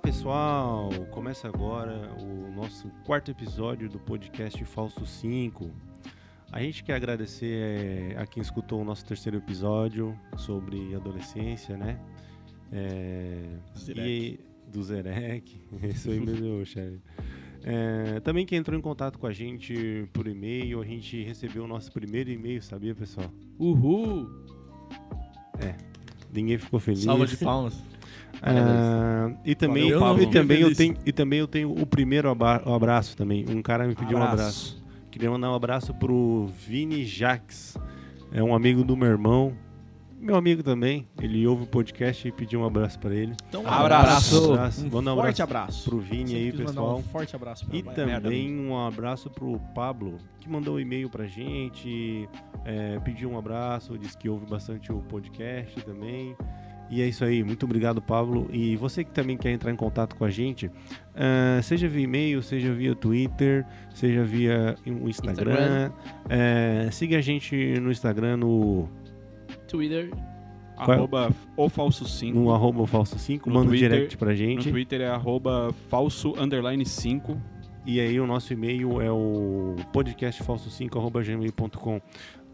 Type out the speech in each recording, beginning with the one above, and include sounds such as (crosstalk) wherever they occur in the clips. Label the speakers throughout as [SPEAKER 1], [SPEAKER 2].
[SPEAKER 1] pessoal! Começa agora o nosso quarto episódio do podcast Falso 5. A gente quer agradecer eh, a quem escutou o nosso terceiro episódio sobre adolescência, né? É,
[SPEAKER 2] Zerec.
[SPEAKER 1] e- do Zerec. (laughs) Isso aí mesmo, chefe. É, também quem entrou em contato com a gente por e-mail, a gente recebeu o nosso primeiro e-mail, sabia, pessoal?
[SPEAKER 2] Uhul!
[SPEAKER 1] Ninguém ficou feliz.
[SPEAKER 2] Salva de palmas.
[SPEAKER 1] Ah, e também,
[SPEAKER 2] Valeu,
[SPEAKER 1] eu,
[SPEAKER 2] Paulo.
[SPEAKER 1] e, também eu
[SPEAKER 2] Feliz.
[SPEAKER 1] tenho, e também eu tenho o primeiro aba- o abraço também. Um cara me pediu um abraço. Queria mandar um abraço pro Vini Jax. É um amigo do meu irmão. Meu amigo também. Ele ouve o podcast e pediu um abraço pra ele.
[SPEAKER 2] Então, um
[SPEAKER 3] Abraço.
[SPEAKER 1] Abraço.
[SPEAKER 2] Um
[SPEAKER 1] Manda um
[SPEAKER 2] forte
[SPEAKER 1] abraço
[SPEAKER 2] abraço.
[SPEAKER 1] pro Vini
[SPEAKER 2] Sempre
[SPEAKER 1] aí,
[SPEAKER 2] quis mandar
[SPEAKER 1] pessoal.
[SPEAKER 2] Um forte abraço pra
[SPEAKER 1] E
[SPEAKER 2] Vai- merda.
[SPEAKER 1] também um abraço pro Pablo, que mandou um e-mail pra gente, é, pediu um abraço, disse que ouve bastante o podcast também. E é isso aí, muito obrigado, Pablo. E você que também quer entrar em contato com a gente, ah, seja via e-mail, seja via Twitter, seja via o Instagram. É, siga a gente no Instagram, no,
[SPEAKER 3] Twitter.
[SPEAKER 4] Arroba o falso 5.
[SPEAKER 1] no arroba falso 5,
[SPEAKER 4] No
[SPEAKER 1] manda um
[SPEAKER 4] Twitter,
[SPEAKER 1] direct pra
[SPEAKER 4] No
[SPEAKER 1] gente.
[SPEAKER 4] Twitter é arroba falso underline 5.
[SPEAKER 1] E aí o nosso e-mail é o podcastfalso5.gmail.com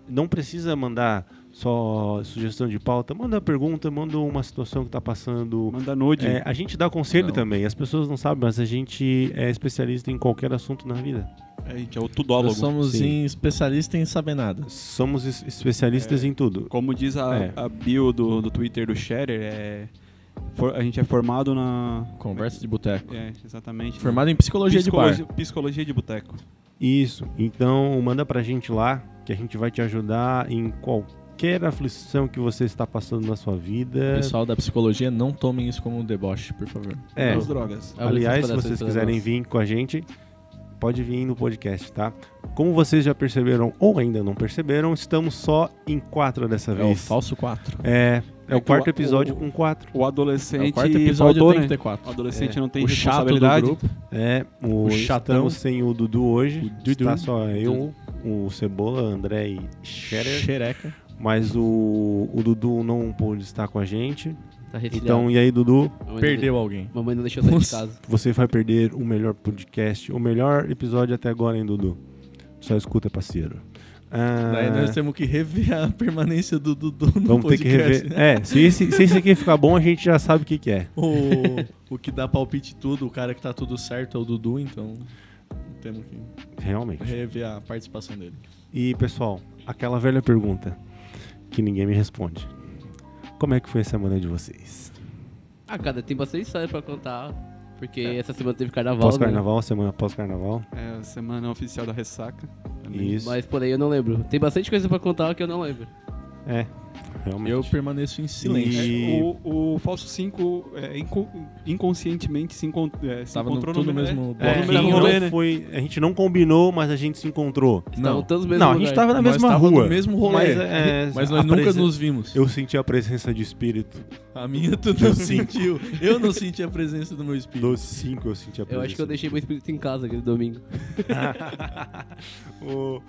[SPEAKER 1] Não precisa mandar só sugestão de pauta, manda uma pergunta, manda uma situação que tá passando.
[SPEAKER 4] Manda nude.
[SPEAKER 1] É, a gente dá conselho
[SPEAKER 4] Não.
[SPEAKER 1] também, as pessoas não sabem, mas a gente é especialista em qualquer assunto na vida.
[SPEAKER 4] A gente é o
[SPEAKER 2] Nós
[SPEAKER 4] tudólogo.
[SPEAKER 2] somos
[SPEAKER 1] Sim.
[SPEAKER 2] em especialista em saber nada.
[SPEAKER 1] Somos es- especialistas em tudo.
[SPEAKER 4] Como diz a,
[SPEAKER 1] É.
[SPEAKER 4] a bio do, do Twitter do Sharer, é, for- a gente é formado na.
[SPEAKER 2] Conversa de boteco.
[SPEAKER 4] É, exatamente.
[SPEAKER 2] Formado em psicologia, de
[SPEAKER 4] Psicologia-
[SPEAKER 2] bar.
[SPEAKER 4] Psicologia de boteco.
[SPEAKER 1] Isso. Então manda pra gente lá que a gente vai te ajudar em qualquer aflição que você está passando na sua vida.
[SPEAKER 2] Pessoal da psicologia, não tomem isso como um deboche, por favor.
[SPEAKER 1] É.
[SPEAKER 4] As drogas.
[SPEAKER 2] É o
[SPEAKER 1] Aliás, se
[SPEAKER 2] Lucas
[SPEAKER 1] vocês
[SPEAKER 2] Palestra,
[SPEAKER 1] quiserem vir com a gente, pode vir no podcast, tá? Como vocês já perceberam ou ainda não perceberam, estamos só em quatro dessa
[SPEAKER 2] É o
[SPEAKER 1] vez.
[SPEAKER 2] falso 4.
[SPEAKER 1] É, é o
[SPEAKER 4] É que
[SPEAKER 1] quarto
[SPEAKER 4] o-
[SPEAKER 1] episódio
[SPEAKER 4] o-
[SPEAKER 1] com quatro.
[SPEAKER 4] O adolescente.
[SPEAKER 2] É o quarto episódio
[SPEAKER 4] faltou,
[SPEAKER 2] tem
[SPEAKER 4] né?
[SPEAKER 2] que ter
[SPEAKER 4] O
[SPEAKER 2] 4.
[SPEAKER 4] adolescente não tem
[SPEAKER 2] O chato do
[SPEAKER 4] responsabilidade.
[SPEAKER 2] grupo.
[SPEAKER 1] É, o,
[SPEAKER 2] O chatão.
[SPEAKER 1] estamos sem o Dudu hoje.
[SPEAKER 2] O Dudu.
[SPEAKER 1] Está só eu, o Cebola, André e Scherer.
[SPEAKER 2] Xereca.
[SPEAKER 1] Mas o, o Dudu não pôde estar com a gente.
[SPEAKER 3] Tá
[SPEAKER 2] é
[SPEAKER 3] resfriado.
[SPEAKER 1] Então, e aí, Dudu?
[SPEAKER 3] Mamãe não
[SPEAKER 2] Perdeu alguém.
[SPEAKER 3] de- Mamãe não deixou eu sair de
[SPEAKER 2] Nossa.
[SPEAKER 3] casa.
[SPEAKER 1] Você vai perder o melhor podcast, o melhor episódio até agora, hein, Dudu? Só escuta, parceiro. Ah,
[SPEAKER 2] Daí nós temos que rever a permanência do Dudu no
[SPEAKER 1] Vamos ter
[SPEAKER 2] podcast.
[SPEAKER 1] que rever. É, se esse, se esse aqui ficar bom, a gente já sabe o que, que é.
[SPEAKER 2] O, o que dá palpite tudo, o cara que tá tudo certo é o Dudu, então temos que
[SPEAKER 1] Realmente.
[SPEAKER 2] rever a participação dele.
[SPEAKER 1] E, pessoal, aquela velha pergunta que ninguém me responde. Como é que foi a semana de vocês?
[SPEAKER 3] Ah, cara, tem bastante história pra contar. Porque essa semana teve carnaval.
[SPEAKER 1] É. Pós-carnaval, semana pós-carnaval.
[SPEAKER 4] É a semana oficial da ressaca. também.
[SPEAKER 3] Né?
[SPEAKER 1] Isso.
[SPEAKER 3] Mas porém eu não lembro. Tem bastante coisa pra contar que eu não lembro.
[SPEAKER 1] É, realmente.
[SPEAKER 2] Eu permaneço em silêncio.
[SPEAKER 1] E-
[SPEAKER 4] É, o, o Falso 5 é, inco- inconscientemente se, encon é, se
[SPEAKER 2] Tava no,
[SPEAKER 4] encontrou
[SPEAKER 2] tudo no
[SPEAKER 4] me-
[SPEAKER 2] mesmo
[SPEAKER 1] É,
[SPEAKER 4] Bom,
[SPEAKER 1] a,
[SPEAKER 4] no
[SPEAKER 1] gente
[SPEAKER 3] um
[SPEAKER 4] mesmo
[SPEAKER 1] não
[SPEAKER 4] rolê, né?
[SPEAKER 1] foi, a gente não combinou, mas a gente se encontrou.
[SPEAKER 3] Estavam todos no mesmo
[SPEAKER 1] não, a gente
[SPEAKER 3] lugar.
[SPEAKER 1] tava na
[SPEAKER 2] Nós
[SPEAKER 1] mesma
[SPEAKER 2] tava
[SPEAKER 1] rua.
[SPEAKER 2] no mesmo rolê.
[SPEAKER 1] Mas, é,
[SPEAKER 2] Mas
[SPEAKER 1] a
[SPEAKER 2] nós nunca
[SPEAKER 1] presen-
[SPEAKER 2] nos vimos.
[SPEAKER 1] Eu senti a presença de espírito.
[SPEAKER 2] A minha tu não (laughs) sentiu. Eu não senti a presença do meu espírito.
[SPEAKER 1] Dos cinco eu senti a presença.
[SPEAKER 3] Eu acho que eu
[SPEAKER 1] do
[SPEAKER 3] deixei meu
[SPEAKER 1] espírito.
[SPEAKER 3] espírito em casa aquele domingo.
[SPEAKER 1] O-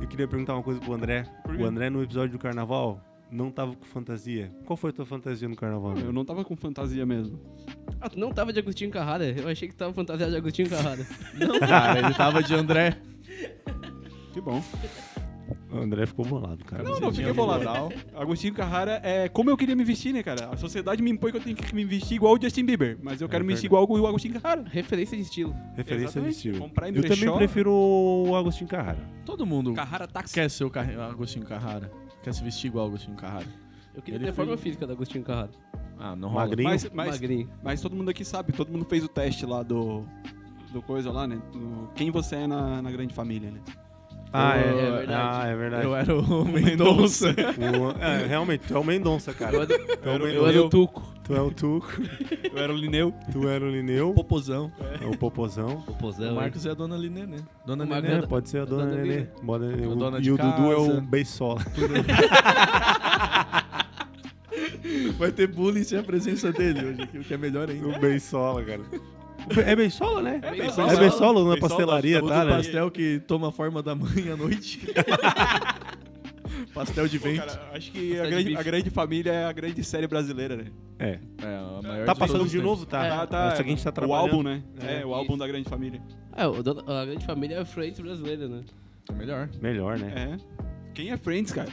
[SPEAKER 1] Eu queria perguntar uma coisa pro André.
[SPEAKER 4] Por quê?
[SPEAKER 1] O André, no episódio do carnaval, não tava com fantasia. Qual foi a tua fantasia no carnaval?
[SPEAKER 4] É, Eu não tava com fantasia mesmo.
[SPEAKER 3] Ah, tu não tava de Agostinho Carrara? Eu achei que tava fantasiado de Agostinho Carrara. (laughs)
[SPEAKER 2] Não, cara, ele tava de André.
[SPEAKER 4] Que bom.
[SPEAKER 1] O André ficou bolado, cara. é
[SPEAKER 4] Não, não, fiquei bolado. Agostinho Carrara é como eu queria me vestir, né, cara? A sociedade me impõe que eu tenho que me vestir igual o Justin Bieber, mas eu
[SPEAKER 1] É
[SPEAKER 4] quero me vestir igual o Agostinho Carrara.
[SPEAKER 3] Referência de estilo.
[SPEAKER 1] Referência de
[SPEAKER 4] Exatamente.
[SPEAKER 1] estilo.
[SPEAKER 4] Comprar em
[SPEAKER 1] Eu também
[SPEAKER 4] brechó.
[SPEAKER 1] prefiro o Agostinho Carrara.
[SPEAKER 2] Todo mundo
[SPEAKER 4] Carrara tá táxi.
[SPEAKER 2] quer ser o Car- Agostinho Carrara. Quer se vestir igual o Agostinho Carrara.
[SPEAKER 3] Eu queria
[SPEAKER 2] Ele
[SPEAKER 3] ter a
[SPEAKER 2] foi-
[SPEAKER 3] forma física do Agostinho Carrara.
[SPEAKER 2] Ah, não rola.
[SPEAKER 1] Magrinho.
[SPEAKER 4] Mas, mas,
[SPEAKER 3] Magrinho.
[SPEAKER 4] mas todo mundo aqui sabe, todo mundo fez o teste lá do. Do coisa lá, né? Do quem você é na, na grande família, né?
[SPEAKER 1] Ah, é,
[SPEAKER 2] é
[SPEAKER 3] verdade.
[SPEAKER 1] Ah, é verdade.
[SPEAKER 2] Eu era o Mendonça.
[SPEAKER 1] O- é, realmente, tu é o Mendonça, cara.
[SPEAKER 3] Eu era,
[SPEAKER 1] Tu é o
[SPEAKER 3] eu era
[SPEAKER 1] Mendonça.
[SPEAKER 3] o Tuco.
[SPEAKER 1] Tu é o Tuco.
[SPEAKER 4] Eu era o Lineu.
[SPEAKER 1] Tu era o Lineu.
[SPEAKER 2] Popozão.
[SPEAKER 1] É o Popozão.
[SPEAKER 3] O
[SPEAKER 2] O Marcos é a dona Linê, né? Dona
[SPEAKER 3] O Marcos
[SPEAKER 2] Nenê.
[SPEAKER 1] É, pode ser a dona,
[SPEAKER 3] Dona
[SPEAKER 1] Nenê.
[SPEAKER 3] Nenê.
[SPEAKER 1] Bora- o-
[SPEAKER 2] dona
[SPEAKER 1] e
[SPEAKER 2] de
[SPEAKER 1] o Dudu é
[SPEAKER 2] casa.
[SPEAKER 1] o Beisola.
[SPEAKER 2] Vai ter bullying sem a presença dele hoje, que- o que é melhor ainda.
[SPEAKER 1] O Beisola, cara. É Beisola, né?
[SPEAKER 3] É
[SPEAKER 1] É Beisola na
[SPEAKER 4] Beisola,
[SPEAKER 1] pastelaria,
[SPEAKER 2] O
[SPEAKER 1] tá,
[SPEAKER 2] do
[SPEAKER 1] né?
[SPEAKER 2] pastel que toma a forma da mãe à noite. Pastel de
[SPEAKER 4] Pô,
[SPEAKER 2] vento.
[SPEAKER 4] cara, acho que
[SPEAKER 3] Pastel
[SPEAKER 4] a
[SPEAKER 3] de
[SPEAKER 4] grande,
[SPEAKER 3] bife.
[SPEAKER 4] a Grande família é a grande série brasileira, né?
[SPEAKER 1] É.
[SPEAKER 2] É, a maior
[SPEAKER 1] Tá
[SPEAKER 2] de
[SPEAKER 1] passando
[SPEAKER 2] todos
[SPEAKER 1] de
[SPEAKER 2] os
[SPEAKER 1] novo, tá?
[SPEAKER 3] É.
[SPEAKER 4] Tá, tá,
[SPEAKER 1] Essa que a gente tá
[SPEAKER 4] o
[SPEAKER 1] trabalhando.
[SPEAKER 4] álbum, né? É,
[SPEAKER 1] É.
[SPEAKER 4] o álbum da grande família.
[SPEAKER 3] É, o dono- a grande família é a Friends brasileira, né?
[SPEAKER 2] tempos. É Melhor.
[SPEAKER 1] Melhor, né?
[SPEAKER 4] É. Quem é Friends, cara?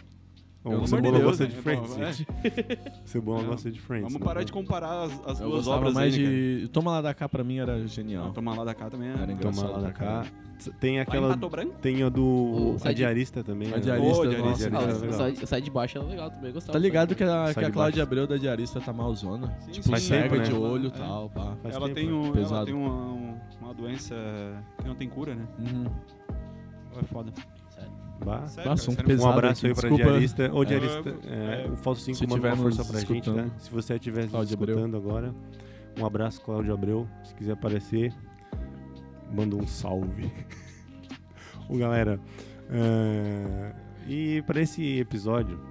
[SPEAKER 1] O
[SPEAKER 2] Pelo amor de
[SPEAKER 1] Cebola
[SPEAKER 4] Deus,
[SPEAKER 1] gosta
[SPEAKER 4] né?
[SPEAKER 1] de
[SPEAKER 4] É
[SPEAKER 1] Friends.
[SPEAKER 4] bom, é.
[SPEAKER 1] gente. Cebola
[SPEAKER 4] Não.
[SPEAKER 1] gosta de Friends.
[SPEAKER 4] Vamos
[SPEAKER 1] né?
[SPEAKER 4] parar de comparar as, as
[SPEAKER 2] Eu
[SPEAKER 4] duas
[SPEAKER 2] gostava
[SPEAKER 4] obras
[SPEAKER 2] mais
[SPEAKER 4] aí, né, cara?
[SPEAKER 2] de. Toma lá da cá pra mim era
[SPEAKER 4] Não,
[SPEAKER 2] genial.
[SPEAKER 4] Toma lá da cá também.
[SPEAKER 2] Era
[SPEAKER 4] Né?
[SPEAKER 1] Toma
[SPEAKER 2] engraçado.
[SPEAKER 1] lá da
[SPEAKER 2] pra
[SPEAKER 1] cá.
[SPEAKER 2] caralho.
[SPEAKER 1] Tem
[SPEAKER 4] Lá
[SPEAKER 1] aquela.
[SPEAKER 4] em Pato Branco?
[SPEAKER 1] Tem a do.
[SPEAKER 3] O
[SPEAKER 1] A
[SPEAKER 3] side-
[SPEAKER 1] diarista também.
[SPEAKER 2] A
[SPEAKER 1] né?
[SPEAKER 2] diarista,
[SPEAKER 4] Ô,
[SPEAKER 2] nossa,
[SPEAKER 4] diarista,
[SPEAKER 3] Ah,
[SPEAKER 1] Era
[SPEAKER 3] o-
[SPEAKER 1] legal.
[SPEAKER 3] o sai- o sai de baixo era legal também, eu gostava.
[SPEAKER 2] Tá ligado que a, que
[SPEAKER 1] Sai
[SPEAKER 2] a
[SPEAKER 1] de
[SPEAKER 2] Cláudia
[SPEAKER 1] baixo.
[SPEAKER 2] Abreu da diarista tá malzona?
[SPEAKER 4] Sim,
[SPEAKER 2] Tipo,
[SPEAKER 4] sim.
[SPEAKER 1] faz
[SPEAKER 2] cega
[SPEAKER 1] tempo,
[SPEAKER 2] de
[SPEAKER 1] né?
[SPEAKER 2] olho e
[SPEAKER 4] É.
[SPEAKER 2] tal, pá.
[SPEAKER 1] Faz
[SPEAKER 4] ela,
[SPEAKER 1] tempo,
[SPEAKER 4] tem
[SPEAKER 1] né?
[SPEAKER 4] um, ela
[SPEAKER 2] Pesado.
[SPEAKER 4] tem uma, um- uma doença que não tem cura, né?
[SPEAKER 2] Uhum.
[SPEAKER 4] É foda. um
[SPEAKER 1] Bah.
[SPEAKER 4] Sério,
[SPEAKER 2] assunto pesado.
[SPEAKER 4] sério. mesmo.
[SPEAKER 1] Um abraço
[SPEAKER 2] aqui,
[SPEAKER 1] aí pra
[SPEAKER 2] desculpa.
[SPEAKER 1] diarista. Ô, diarista,
[SPEAKER 4] É,
[SPEAKER 1] é, o Falso 5
[SPEAKER 2] se
[SPEAKER 1] manda uma
[SPEAKER 2] tiver
[SPEAKER 1] força
[SPEAKER 2] nos
[SPEAKER 1] pra gente,
[SPEAKER 2] escutando.
[SPEAKER 1] né? Se você estiver nos
[SPEAKER 2] Cláudio Abreu.
[SPEAKER 1] escutando agora, um abraço, Cláudio Abreu. Se quiser aparecer, manda um salve. (laughs) Ô, galera, é, e pra esse episódio,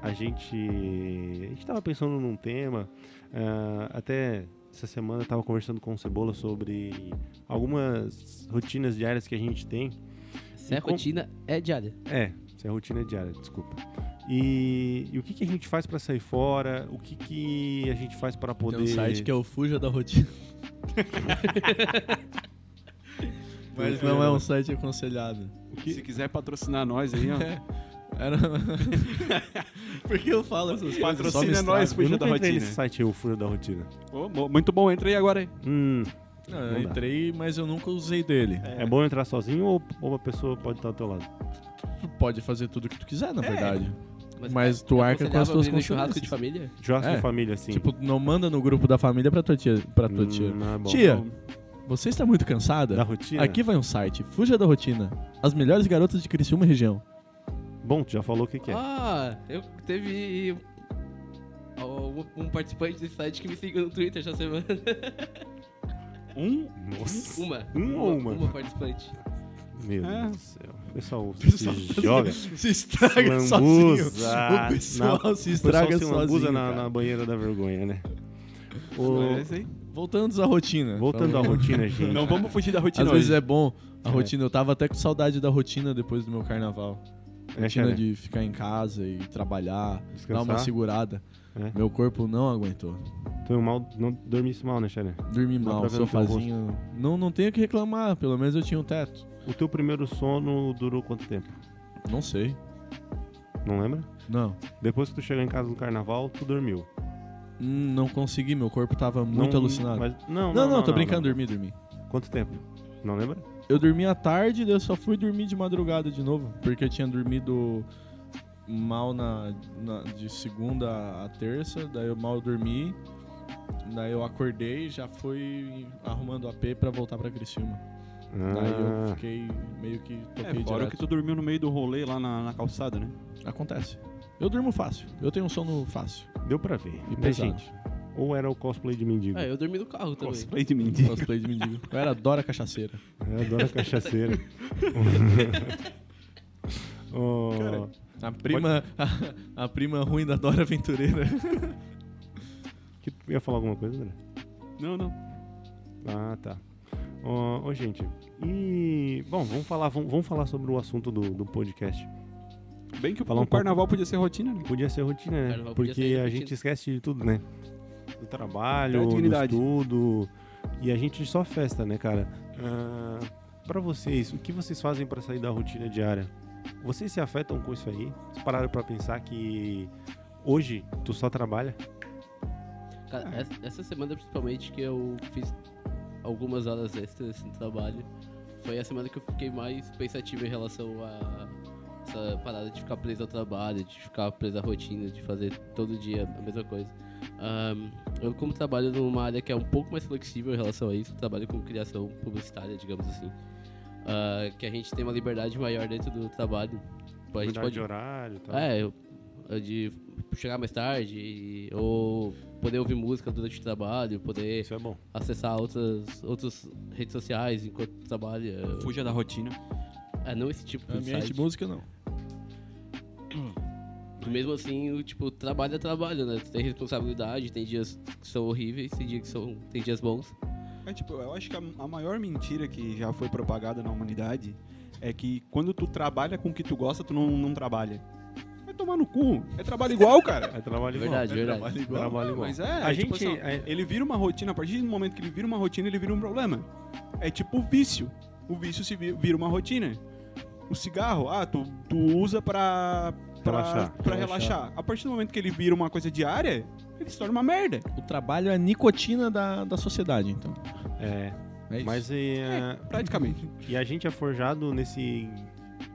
[SPEAKER 1] a gente, a gente tava pensando num tema, é, até essa semana eu tava conversando com o Cebola sobre algumas rotinas diárias que a gente tem
[SPEAKER 3] Se é
[SPEAKER 1] E com-
[SPEAKER 3] rotina, é diária.
[SPEAKER 1] é, isso é rotina diária, desculpa. E, e o que, que a gente faz pra sair fora? O que, que a gente faz pra poder.
[SPEAKER 2] Tem um site que é o Fuja da Rotina. Mas não é um site aconselhado.
[SPEAKER 4] Se quiser patrocinar nós aí, ó.
[SPEAKER 2] Era... Por que eu falo essas coisas? Só me
[SPEAKER 4] Patrocina
[SPEAKER 2] estraga.
[SPEAKER 4] nós,
[SPEAKER 1] Ah, Eu
[SPEAKER 4] Fuja da
[SPEAKER 1] nunca entrei
[SPEAKER 4] Rotina.
[SPEAKER 1] nesse site, o Fura da Rotina.
[SPEAKER 4] Ô, mo- muito bom, entra aí agora aí.
[SPEAKER 1] Hum,
[SPEAKER 2] Não, eu
[SPEAKER 1] Não dá.
[SPEAKER 2] entrei, mas eu nunca usei dele.
[SPEAKER 1] é. bom entrar sozinho ou, ou uma pessoa pode estar ao teu lado?
[SPEAKER 2] Tu pode fazer tudo o que tu quiser, na verdade. Mas, tu
[SPEAKER 3] eu
[SPEAKER 2] arca com as
[SPEAKER 3] aconselhava
[SPEAKER 2] tuas
[SPEAKER 3] é, abrir no churrasco de
[SPEAKER 2] consequências.
[SPEAKER 3] família?
[SPEAKER 1] Churrasco
[SPEAKER 2] É.
[SPEAKER 1] de família, assim.
[SPEAKER 2] Tipo, não manda no grupo da família pra tua tia. Pra tua
[SPEAKER 1] Hum,
[SPEAKER 2] tia.
[SPEAKER 1] não é bom.
[SPEAKER 2] Tia, você está muito
[SPEAKER 1] Da
[SPEAKER 2] cansada?
[SPEAKER 1] rotina?
[SPEAKER 2] Aqui vai um site. Fuja da rotina. As melhores garotas de Criciúma e região.
[SPEAKER 1] Bom, tu já falou o que, que é.
[SPEAKER 3] Ah, eu teve um, um participante desse site que me seguiu no Twitter
[SPEAKER 1] (laughs)
[SPEAKER 3] essa semana.
[SPEAKER 4] Um?
[SPEAKER 1] Nossa.
[SPEAKER 3] Uma.
[SPEAKER 1] Um ou uma?
[SPEAKER 3] Uma participante.
[SPEAKER 1] Meu
[SPEAKER 2] Ah.
[SPEAKER 4] É.
[SPEAKER 1] Deus do céu. O pessoal se
[SPEAKER 2] (laughs)
[SPEAKER 1] joga.
[SPEAKER 2] Se estraga
[SPEAKER 1] Se
[SPEAKER 2] sozinho.
[SPEAKER 1] lambuza. Ah,
[SPEAKER 2] O pessoal
[SPEAKER 1] Não,
[SPEAKER 2] se
[SPEAKER 1] O pessoal
[SPEAKER 2] estraga
[SPEAKER 1] se
[SPEAKER 2] sozinho.
[SPEAKER 1] lambuza na,
[SPEAKER 2] cara.
[SPEAKER 1] na banheira da vergonha, né?
[SPEAKER 4] É
[SPEAKER 1] Ô,
[SPEAKER 4] esse aí.
[SPEAKER 2] Voltando à rotina.
[SPEAKER 1] Então, voltando à
[SPEAKER 2] Vamos- (laughs)
[SPEAKER 1] rotina, gente. (laughs)
[SPEAKER 4] Não vamos fugir da rotina
[SPEAKER 2] Às vezes
[SPEAKER 4] hoje.
[SPEAKER 2] é bom a
[SPEAKER 1] É.
[SPEAKER 2] rotina. Eu tava até com saudade da rotina depois do meu carnaval.
[SPEAKER 1] É,
[SPEAKER 2] Rotina
[SPEAKER 1] cara.
[SPEAKER 2] de ficar em casa e trabalhar, dar uma
[SPEAKER 1] Descansar.
[SPEAKER 2] segurada.
[SPEAKER 1] É.
[SPEAKER 2] Meu corpo não aguentou.
[SPEAKER 1] Tu mal, não dormisse mal, né, Xané?
[SPEAKER 2] Dormi
[SPEAKER 1] Dá
[SPEAKER 2] mal,
[SPEAKER 1] pra ver no teu
[SPEAKER 2] sofazinho. Não, não tenho o que reclamar, pelo menos eu tinha um teto.
[SPEAKER 1] O teu primeiro sono durou quanto tempo?
[SPEAKER 2] Não sei.
[SPEAKER 1] Não lembra?
[SPEAKER 2] Não.
[SPEAKER 1] Depois que tu chegou em casa no carnaval, tu dormiu.
[SPEAKER 2] Hum, não consegui, meu corpo tava muito
[SPEAKER 1] Não-
[SPEAKER 2] alucinado.
[SPEAKER 1] mas- não, não,
[SPEAKER 2] Não, não, tô brincando, dormi, dormi.
[SPEAKER 1] não. Quanto tempo? Não lembra?
[SPEAKER 2] Eu dormi à tarde, daí eu só fui dormir de madrugada de novo, porque eu tinha dormido mal na, na- de segunda a terça, daí eu mal dormi, daí eu acordei e já fui arrumando o AP pra voltar pra Criciúma. Daí eu
[SPEAKER 1] Ah,
[SPEAKER 2] fiquei meio que toquei
[SPEAKER 4] É, fora
[SPEAKER 2] direto.
[SPEAKER 4] que tu dormiu no meio do rolê lá na, na calçada, né?
[SPEAKER 2] Acontece. Eu durmo fácil, eu tenho um sono fácil.
[SPEAKER 1] Deu pra ver.
[SPEAKER 2] E
[SPEAKER 1] né,
[SPEAKER 2] pesado.
[SPEAKER 1] gente? Ou era o cosplay de mendigo.
[SPEAKER 3] Ah, eu dormi no carro também.
[SPEAKER 4] Cosplay de mendigo.
[SPEAKER 2] Cosplay de mendigo. Eu era Dora Cachaceira.
[SPEAKER 1] Eu adoro a
[SPEAKER 2] (laughs)
[SPEAKER 1] cachaceira. (laughs) Ô,
[SPEAKER 4] Cara.
[SPEAKER 2] A prima, (laughs) a, a prima ruim da Dora Aventureira.
[SPEAKER 1] que, tu ia falar alguma coisa, André?
[SPEAKER 4] Não, não.
[SPEAKER 1] Ah, tá. Ô, ô, gente, e. Bom, vamos falar, vamos, vamos falar sobre o assunto do, do podcast.
[SPEAKER 4] Bem que o,
[SPEAKER 1] Falar um
[SPEAKER 4] o carnaval podia ser rotina, né?
[SPEAKER 1] Podia ser rotina, né?
[SPEAKER 3] Carnaval podia
[SPEAKER 1] Porque
[SPEAKER 3] ser
[SPEAKER 1] a
[SPEAKER 3] rotina.
[SPEAKER 1] gente esquece de tudo, né? Do trabalho,
[SPEAKER 4] Da
[SPEAKER 1] do
[SPEAKER 4] dignidade.
[SPEAKER 1] estudo. E a gente só festa, né, cara? Ah, pra vocês, o que vocês fazem pra sair da rotina diária? Vocês se afetam com isso aí? Vocês pararam pra pensar que hoje tu só trabalha?
[SPEAKER 3] Cara, essa- essa semana principalmente que eu fiz algumas horas extras assim, no trabalho, foi a semana que eu fiquei mais pensativo em relação a essa parada de ficar preso ao trabalho, de ficar preso à rotina, de fazer todo dia a mesma coisa. Ahn, eu como trabalho numa área que é um pouco mais flexível em relação a isso, trabalho com criação publicitária, digamos assim, ah, que a gente tem uma liberdade maior dentro do trabalho. A gente
[SPEAKER 1] Cuidar
[SPEAKER 3] pode
[SPEAKER 1] de horário e tal.
[SPEAKER 3] é, eu- eu de chegar mais tarde e- ou poder ouvir música durante o trabalho, poder
[SPEAKER 1] Isso é bom.
[SPEAKER 3] acessar outras, outras redes sociais enquanto trabalha.
[SPEAKER 4] Fuja da rotina.
[SPEAKER 3] É, não esse tipo
[SPEAKER 2] (laughs)
[SPEAKER 3] de
[SPEAKER 2] Ambiente
[SPEAKER 3] site.
[SPEAKER 2] de música, não.
[SPEAKER 3] E Mesmo assim, o, tipo, trabalho é trabalho, né? Tu tem responsabilidade, tem dias que são horríveis, tem dias que são tem dias bons.
[SPEAKER 4] É tipo, eu acho que a, a maior mentira que já foi propagada na humanidade é que quando tu trabalha com o que tu gosta, tu não, não trabalha. Mas tomar no cu. É trabalho
[SPEAKER 1] (laughs)
[SPEAKER 4] igual, cara.
[SPEAKER 1] É trabalho igual.
[SPEAKER 3] Verdade, verdade.
[SPEAKER 2] trabalho igual.
[SPEAKER 1] Trabalho igual.
[SPEAKER 4] Mas é,
[SPEAKER 1] a
[SPEAKER 4] é
[SPEAKER 1] gente.
[SPEAKER 4] tipo assim, ó,
[SPEAKER 1] é-
[SPEAKER 4] ele vira uma rotina, a partir do momento que ele vira uma rotina, ele vira um problema. É tipo o vício. O vício se vi- vira uma rotina. O cigarro, ah, tu, tu usa pra, pra,
[SPEAKER 1] Relaxar.
[SPEAKER 4] pra
[SPEAKER 2] Relaxar.
[SPEAKER 4] relaxar. A partir do momento que ele vira uma coisa diária, ele se torna uma merda.
[SPEAKER 2] O trabalho é a nicotina da, da sociedade, então.
[SPEAKER 1] é,
[SPEAKER 2] É isso.
[SPEAKER 1] mas é,
[SPEAKER 4] Praticamente.
[SPEAKER 1] E a gente é forjado nesse.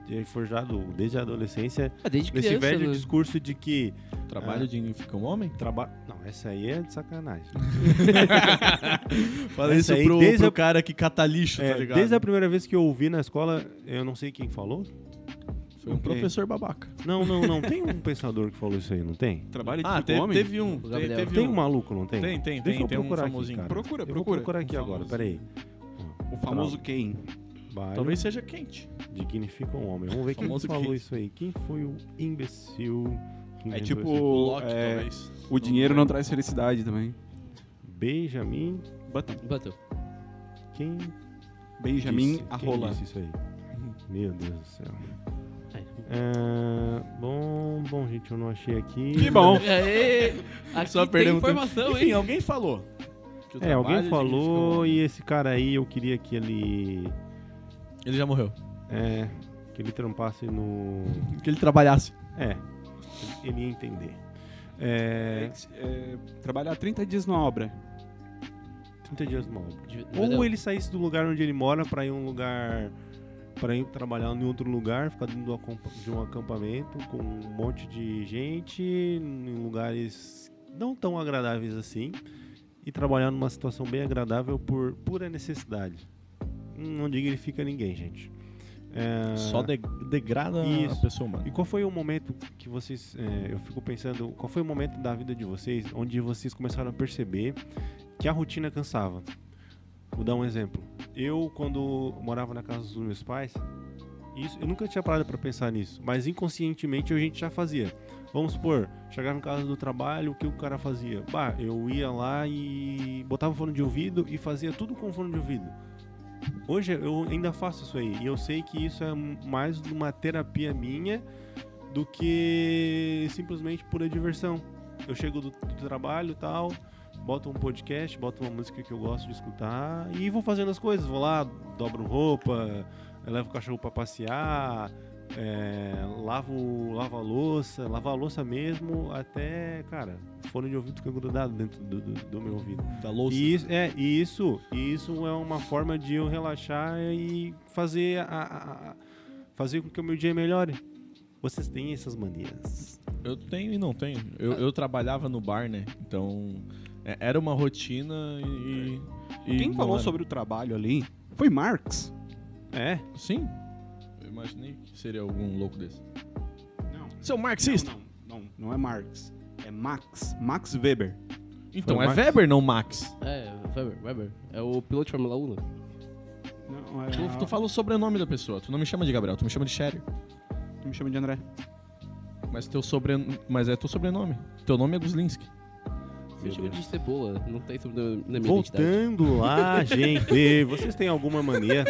[SPEAKER 1] É forjado desde a adolescência
[SPEAKER 3] Ah, desde
[SPEAKER 1] nesse
[SPEAKER 3] criança,
[SPEAKER 1] velho
[SPEAKER 3] né?
[SPEAKER 1] discurso de que
[SPEAKER 2] O trabalho dignifica um homem?
[SPEAKER 1] trabalho. Não, essa aí é de sacanagem.
[SPEAKER 2] Fala
[SPEAKER 1] Essa
[SPEAKER 2] isso
[SPEAKER 1] aí,
[SPEAKER 2] pro,
[SPEAKER 1] desde
[SPEAKER 2] pro
[SPEAKER 1] a-
[SPEAKER 2] cara que cata lixo,
[SPEAKER 1] É,
[SPEAKER 2] tá ligado?
[SPEAKER 1] desde a primeira vez que eu ouvi na escola, eu não sei quem falou.
[SPEAKER 2] Foi um professor babaca.
[SPEAKER 1] Não, não, não. Tem um pensador que falou isso aí, não tem?
[SPEAKER 4] Trabalho de
[SPEAKER 2] Ah,
[SPEAKER 1] tipo
[SPEAKER 2] te-
[SPEAKER 4] homem.
[SPEAKER 2] teve um. te-
[SPEAKER 3] Gabriel.
[SPEAKER 2] Teve
[SPEAKER 1] Tem
[SPEAKER 2] um.
[SPEAKER 1] um maluco, não tem?
[SPEAKER 2] Tem, tem,
[SPEAKER 1] Deixa
[SPEAKER 2] tem,
[SPEAKER 1] eu
[SPEAKER 2] tem um
[SPEAKER 1] procurar aqui,
[SPEAKER 2] famosinho.
[SPEAKER 1] cara.
[SPEAKER 4] Procura,
[SPEAKER 1] Eu vou
[SPEAKER 4] procura.
[SPEAKER 1] procurar aqui
[SPEAKER 2] Um
[SPEAKER 1] agora,
[SPEAKER 2] famoso.
[SPEAKER 1] peraí.
[SPEAKER 4] O famoso quem?
[SPEAKER 1] Baile
[SPEAKER 2] Talvez seja quente.
[SPEAKER 1] dignifica um homem. Vamos ver quem
[SPEAKER 2] Famoso
[SPEAKER 1] falou
[SPEAKER 2] que-
[SPEAKER 1] isso aí. Quem foi o imbecil? que
[SPEAKER 4] É
[SPEAKER 1] inventou isso
[SPEAKER 4] tipo. é,
[SPEAKER 2] um talvez.
[SPEAKER 4] o dinheiro não traz felicidade também.
[SPEAKER 1] aqui? Benjamin.
[SPEAKER 4] Button.
[SPEAKER 3] Bateu.
[SPEAKER 1] Quem
[SPEAKER 4] Benjamin
[SPEAKER 1] disse?
[SPEAKER 4] Arrola.
[SPEAKER 1] Quem disse isso aí? Meu Deus do céu.
[SPEAKER 3] Aí.
[SPEAKER 1] É, bom, bom, gente, eu não achei aqui.
[SPEAKER 4] Que bom.
[SPEAKER 3] (laughs) Aê! Aqui
[SPEAKER 2] Só
[SPEAKER 3] tem
[SPEAKER 2] perdemos
[SPEAKER 3] informação,
[SPEAKER 2] tempo. Enfim,
[SPEAKER 3] Então, hein?
[SPEAKER 2] alguém falou. que o
[SPEAKER 1] É, alguém
[SPEAKER 2] trabalho
[SPEAKER 1] falou
[SPEAKER 2] dignifica
[SPEAKER 1] e esse cara aí, eu queria que ele.
[SPEAKER 2] um homem. Ele já morreu.
[SPEAKER 1] É. Que ele trampasse no.
[SPEAKER 2] Que ele trabalhasse.
[SPEAKER 1] É. Ele ia entender. É.
[SPEAKER 4] É, trabalhar 30 dias na obra.
[SPEAKER 1] 30 dias no obra.
[SPEAKER 3] De-
[SPEAKER 1] Ou ele saísse do lugar onde ele mora pra ir um lugar. Pra ir trabalhar em outro lugar, ficar dentro do acampa- de um acampamento com um monte de gente, em lugares não tão agradáveis assim, e trabalhar numa situação bem agradável por pura necessidade. Hum, Não dignifica ninguém, gente. É,
[SPEAKER 2] Só de- degrada
[SPEAKER 1] Isso.
[SPEAKER 2] a pessoa humana.
[SPEAKER 1] E qual foi o momento que vocês. é, eu fico pensando, qual foi o momento da vida de vocês onde vocês começaram a perceber que a rotina cansava? Vou dar um exemplo. Eu, quando morava na casa dos meus pais, isso, eu nunca tinha parado pra pensar nisso, mas inconscientemente a gente já fazia. Vamos supor, chegava em casa do trabalho, o que o cara fazia? Bah, eu ia lá e botava o fone de ouvido e fazia tudo com o fone de ouvido. Hoje eu ainda faço isso aí. E eu sei que isso é mais uma terapia minha do que simplesmente pura diversão. Eu chego do, do trabalho e tal, boto um podcast, boto uma música que eu gosto de escutar e vou fazendo as coisas. Vou lá, dobro roupa, levo o cachorro pra passear, é, lavo, lavo a louça, lavo a louça mesmo, até, cara, o fone de ouvido fica grudado dentro do- do- do meu ouvido.
[SPEAKER 2] Da louça.
[SPEAKER 3] né?
[SPEAKER 1] E isso, é, e isso, e isso é uma forma de eu relaxar e fazer, a- a- a- fazer com que o meu dia melhore. Vocês têm essas manias.
[SPEAKER 2] Eu tenho e não tenho. Eu, eu trabalhava no bar, né? Então, é, era uma rotina e... e
[SPEAKER 4] Quem
[SPEAKER 2] não
[SPEAKER 4] falou
[SPEAKER 2] era.
[SPEAKER 4] sobre o trabalho ali foi Marx.
[SPEAKER 1] É?
[SPEAKER 2] Sim. Eu imaginei que seria algum louco desse.
[SPEAKER 4] Não.
[SPEAKER 2] Seu marxista.
[SPEAKER 4] Não, não, não, não é Marx. É Max. Max Weber.
[SPEAKER 2] Então,
[SPEAKER 1] Foi
[SPEAKER 2] é
[SPEAKER 1] Marx?
[SPEAKER 2] Weber, não Max.
[SPEAKER 3] É, Weber, Weber. É o piloto de Fórmula 1. né?
[SPEAKER 4] Não, é.
[SPEAKER 2] Tu, tu fala o sobrenome da pessoa. Tu não me chama de Gabriel, tu me chama de Sherry.
[SPEAKER 4] Tu me chama de André.
[SPEAKER 2] Mas teu sobrenome... Mas é teu sobrenome. Teu nome é Guslinski.
[SPEAKER 3] Eu chamo é de cebola, não tem sobrenome na minha identidade.
[SPEAKER 1] Voltando
[SPEAKER 3] (laughs)
[SPEAKER 1] lá, gente, vocês têm alguma mania?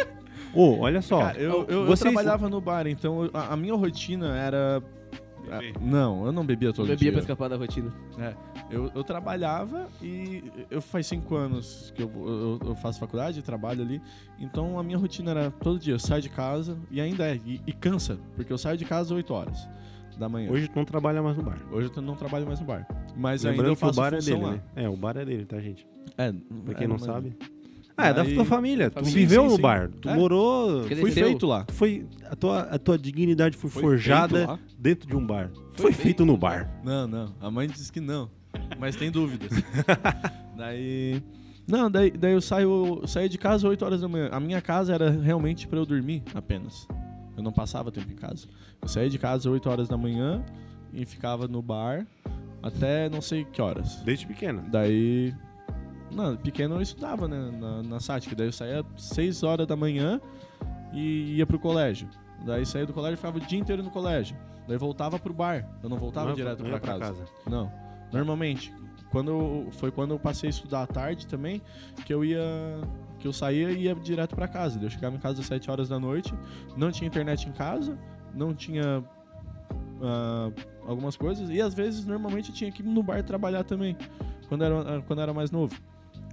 [SPEAKER 1] Ô, olha só.
[SPEAKER 2] Cara, eu, eu- eu
[SPEAKER 1] vocês-
[SPEAKER 2] trabalhava no bar, então eu- a, a minha rotina era...
[SPEAKER 4] Beber.
[SPEAKER 2] Ah, Não, eu não bebia todo
[SPEAKER 3] Bebia
[SPEAKER 2] dia.
[SPEAKER 3] pra escapar da rotina.
[SPEAKER 2] Eu, eu trabalhava e eu faz cinco anos que eu, eu, eu faço faculdade, trabalho ali. Então a minha rotina era todo dia, eu saio de casa e ainda é, e, e cansa, porque eu saio de casa 8 horas da manhã. Hoje,
[SPEAKER 1] Hoje tu não trabalha mais no bar.
[SPEAKER 2] eu não trabalho mais no bar. Mas ainda eu
[SPEAKER 1] Lembrando que o
[SPEAKER 2] faço
[SPEAKER 1] bar é
[SPEAKER 2] função
[SPEAKER 1] dele,
[SPEAKER 2] lá.
[SPEAKER 1] né? É, o bar é dele, tá, gente?
[SPEAKER 2] É,
[SPEAKER 1] Pra
[SPEAKER 2] é,
[SPEAKER 1] quem não
[SPEAKER 2] mas-
[SPEAKER 1] sabe. Ah, é da
[SPEAKER 2] Aí-
[SPEAKER 1] tua família. Tu
[SPEAKER 2] Sim,
[SPEAKER 1] viveu
[SPEAKER 2] sim,
[SPEAKER 1] no
[SPEAKER 2] sim.
[SPEAKER 1] bar. Tu
[SPEAKER 2] É.
[SPEAKER 1] morou.
[SPEAKER 3] Porque
[SPEAKER 2] Fui
[SPEAKER 3] Cresceu.
[SPEAKER 2] feito lá.
[SPEAKER 1] Tu foi, a, tua, a tua dignidade foi,
[SPEAKER 4] Foi
[SPEAKER 1] forjada
[SPEAKER 4] feito lá?
[SPEAKER 1] dentro de um bar. Foi,
[SPEAKER 3] Foi
[SPEAKER 1] feito,
[SPEAKER 3] feito
[SPEAKER 1] no
[SPEAKER 3] lá.
[SPEAKER 1] bar.
[SPEAKER 2] Não, não. A mãe disse que não. Mas tem dúvidas. daí. Não, daí, daí eu saio, eu saí de casa 8 horas da manhã. A minha casa era realmente pra eu dormir apenas. Eu não passava tempo em casa. Eu saía de casa 8 horas da manhã e ficava no bar até não sei que horas.
[SPEAKER 1] Desde pequeno.
[SPEAKER 2] Daí. Não, pequeno eu estudava, né? Na, na SATIC. Daí eu saía 6 horas da manhã e ia pro colégio. Daí saía do colégio e ficava o dia inteiro no colégio. Daí voltava pro bar. Eu não voltava
[SPEAKER 1] Não,
[SPEAKER 2] direto
[SPEAKER 1] não
[SPEAKER 2] pra,
[SPEAKER 1] ia
[SPEAKER 2] casa. Não. Normalmente. Quando eu- foi quando eu passei a estudar à tarde também, que eu ia. que eu saía e ia direto pra casa. Daí Eu chegava em casa às 7 horas da noite, não tinha internet em casa, não tinha. ah, algumas coisas. E às vezes, normalmente, eu tinha que ir no bar trabalhar também, quando era, quando era mais novo.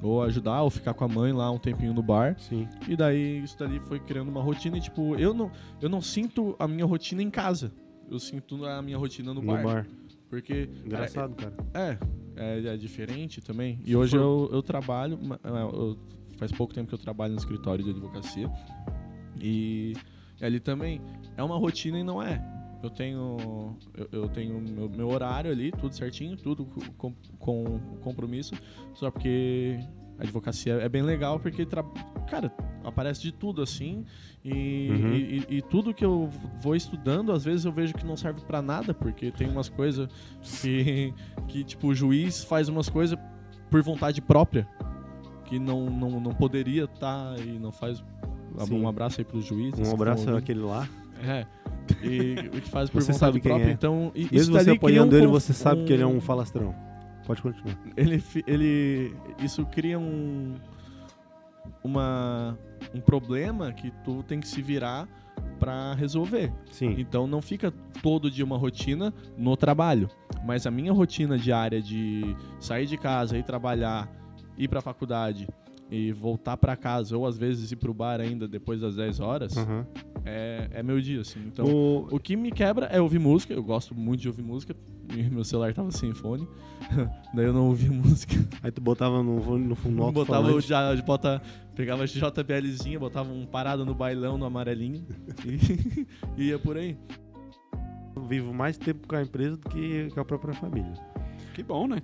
[SPEAKER 2] Ou ajudar, ou ficar com a mãe lá um tempinho no bar.
[SPEAKER 1] Sim.
[SPEAKER 2] E daí isso dali foi criando uma rotina e tipo, eu não, eu não sinto a minha rotina em casa. Eu sinto a minha rotina no,
[SPEAKER 1] No
[SPEAKER 2] bar,
[SPEAKER 1] bar.
[SPEAKER 2] Porque
[SPEAKER 1] Engraçado, cara.
[SPEAKER 2] é, é, é diferente também. E hoje eu, eu trabalho, ma- é, eu- faz pouco tempo que eu trabalho no escritório de advocacia. E ali também é uma rotina e não é. Eu tenho, eu, eu tenho meu, meu horário ali, tudo certinho, tudo com, com compromisso. Só porque a advocacia é bem legal, porque, tra- cara, aparece de tudo assim. E,
[SPEAKER 1] Uhum.
[SPEAKER 2] e- e- e tudo que eu vou estudando, às vezes eu vejo que não serve pra nada, porque tem umas coisas que, que, tipo, o juiz faz umas coisas por vontade própria, que não, não, não poderia estar e não faz.
[SPEAKER 1] Sim.
[SPEAKER 2] Um abraço aí pros juízes. que
[SPEAKER 1] Um
[SPEAKER 2] estão
[SPEAKER 1] abraço
[SPEAKER 2] ouvindo.
[SPEAKER 1] àquele lá.
[SPEAKER 2] É. E
[SPEAKER 1] (laughs)
[SPEAKER 2] o que faz por
[SPEAKER 1] Você
[SPEAKER 2] vontade
[SPEAKER 1] sabe quem
[SPEAKER 2] própria,
[SPEAKER 1] é.
[SPEAKER 2] então. E, isso
[SPEAKER 1] Mesmo você
[SPEAKER 2] dali cria um
[SPEAKER 1] apoiando ele,
[SPEAKER 2] conf-
[SPEAKER 1] você sabe que ele é um falastrão. Pode continuar.
[SPEAKER 2] Ele, fi- ele. Isso cria um. Uma. Um problema que tu tem que se virar pra resolver.
[SPEAKER 1] Sim.
[SPEAKER 2] Então não fica todo dia uma rotina no trabalho. Mas a minha rotina diária de sair de casa, ir trabalhar, ir pra faculdade e voltar pra casa, ou às vezes ir pro bar ainda depois das 10 horas,
[SPEAKER 1] Aham.
[SPEAKER 2] é, é meu dia, assim. Então,
[SPEAKER 1] O-
[SPEAKER 2] o que me quebra é ouvir música. Eu gosto muito de ouvir música. (laughs) e Meu celular tava sem fone. (laughs) Daí eu não ouvia música.
[SPEAKER 1] Aí tu botava no, vo- no
[SPEAKER 2] (laughs)
[SPEAKER 1] fundo alto
[SPEAKER 2] botava o
[SPEAKER 1] Um falante.
[SPEAKER 2] ja- bota, pegava a JBLzinha, botava um parado no bailão, no
[SPEAKER 1] (laughs)
[SPEAKER 2] amarelinho. E, e (laughs) ia por aí.
[SPEAKER 1] Eu vivo mais tempo com a empresa do que com a própria família.
[SPEAKER 4] Que bom, né?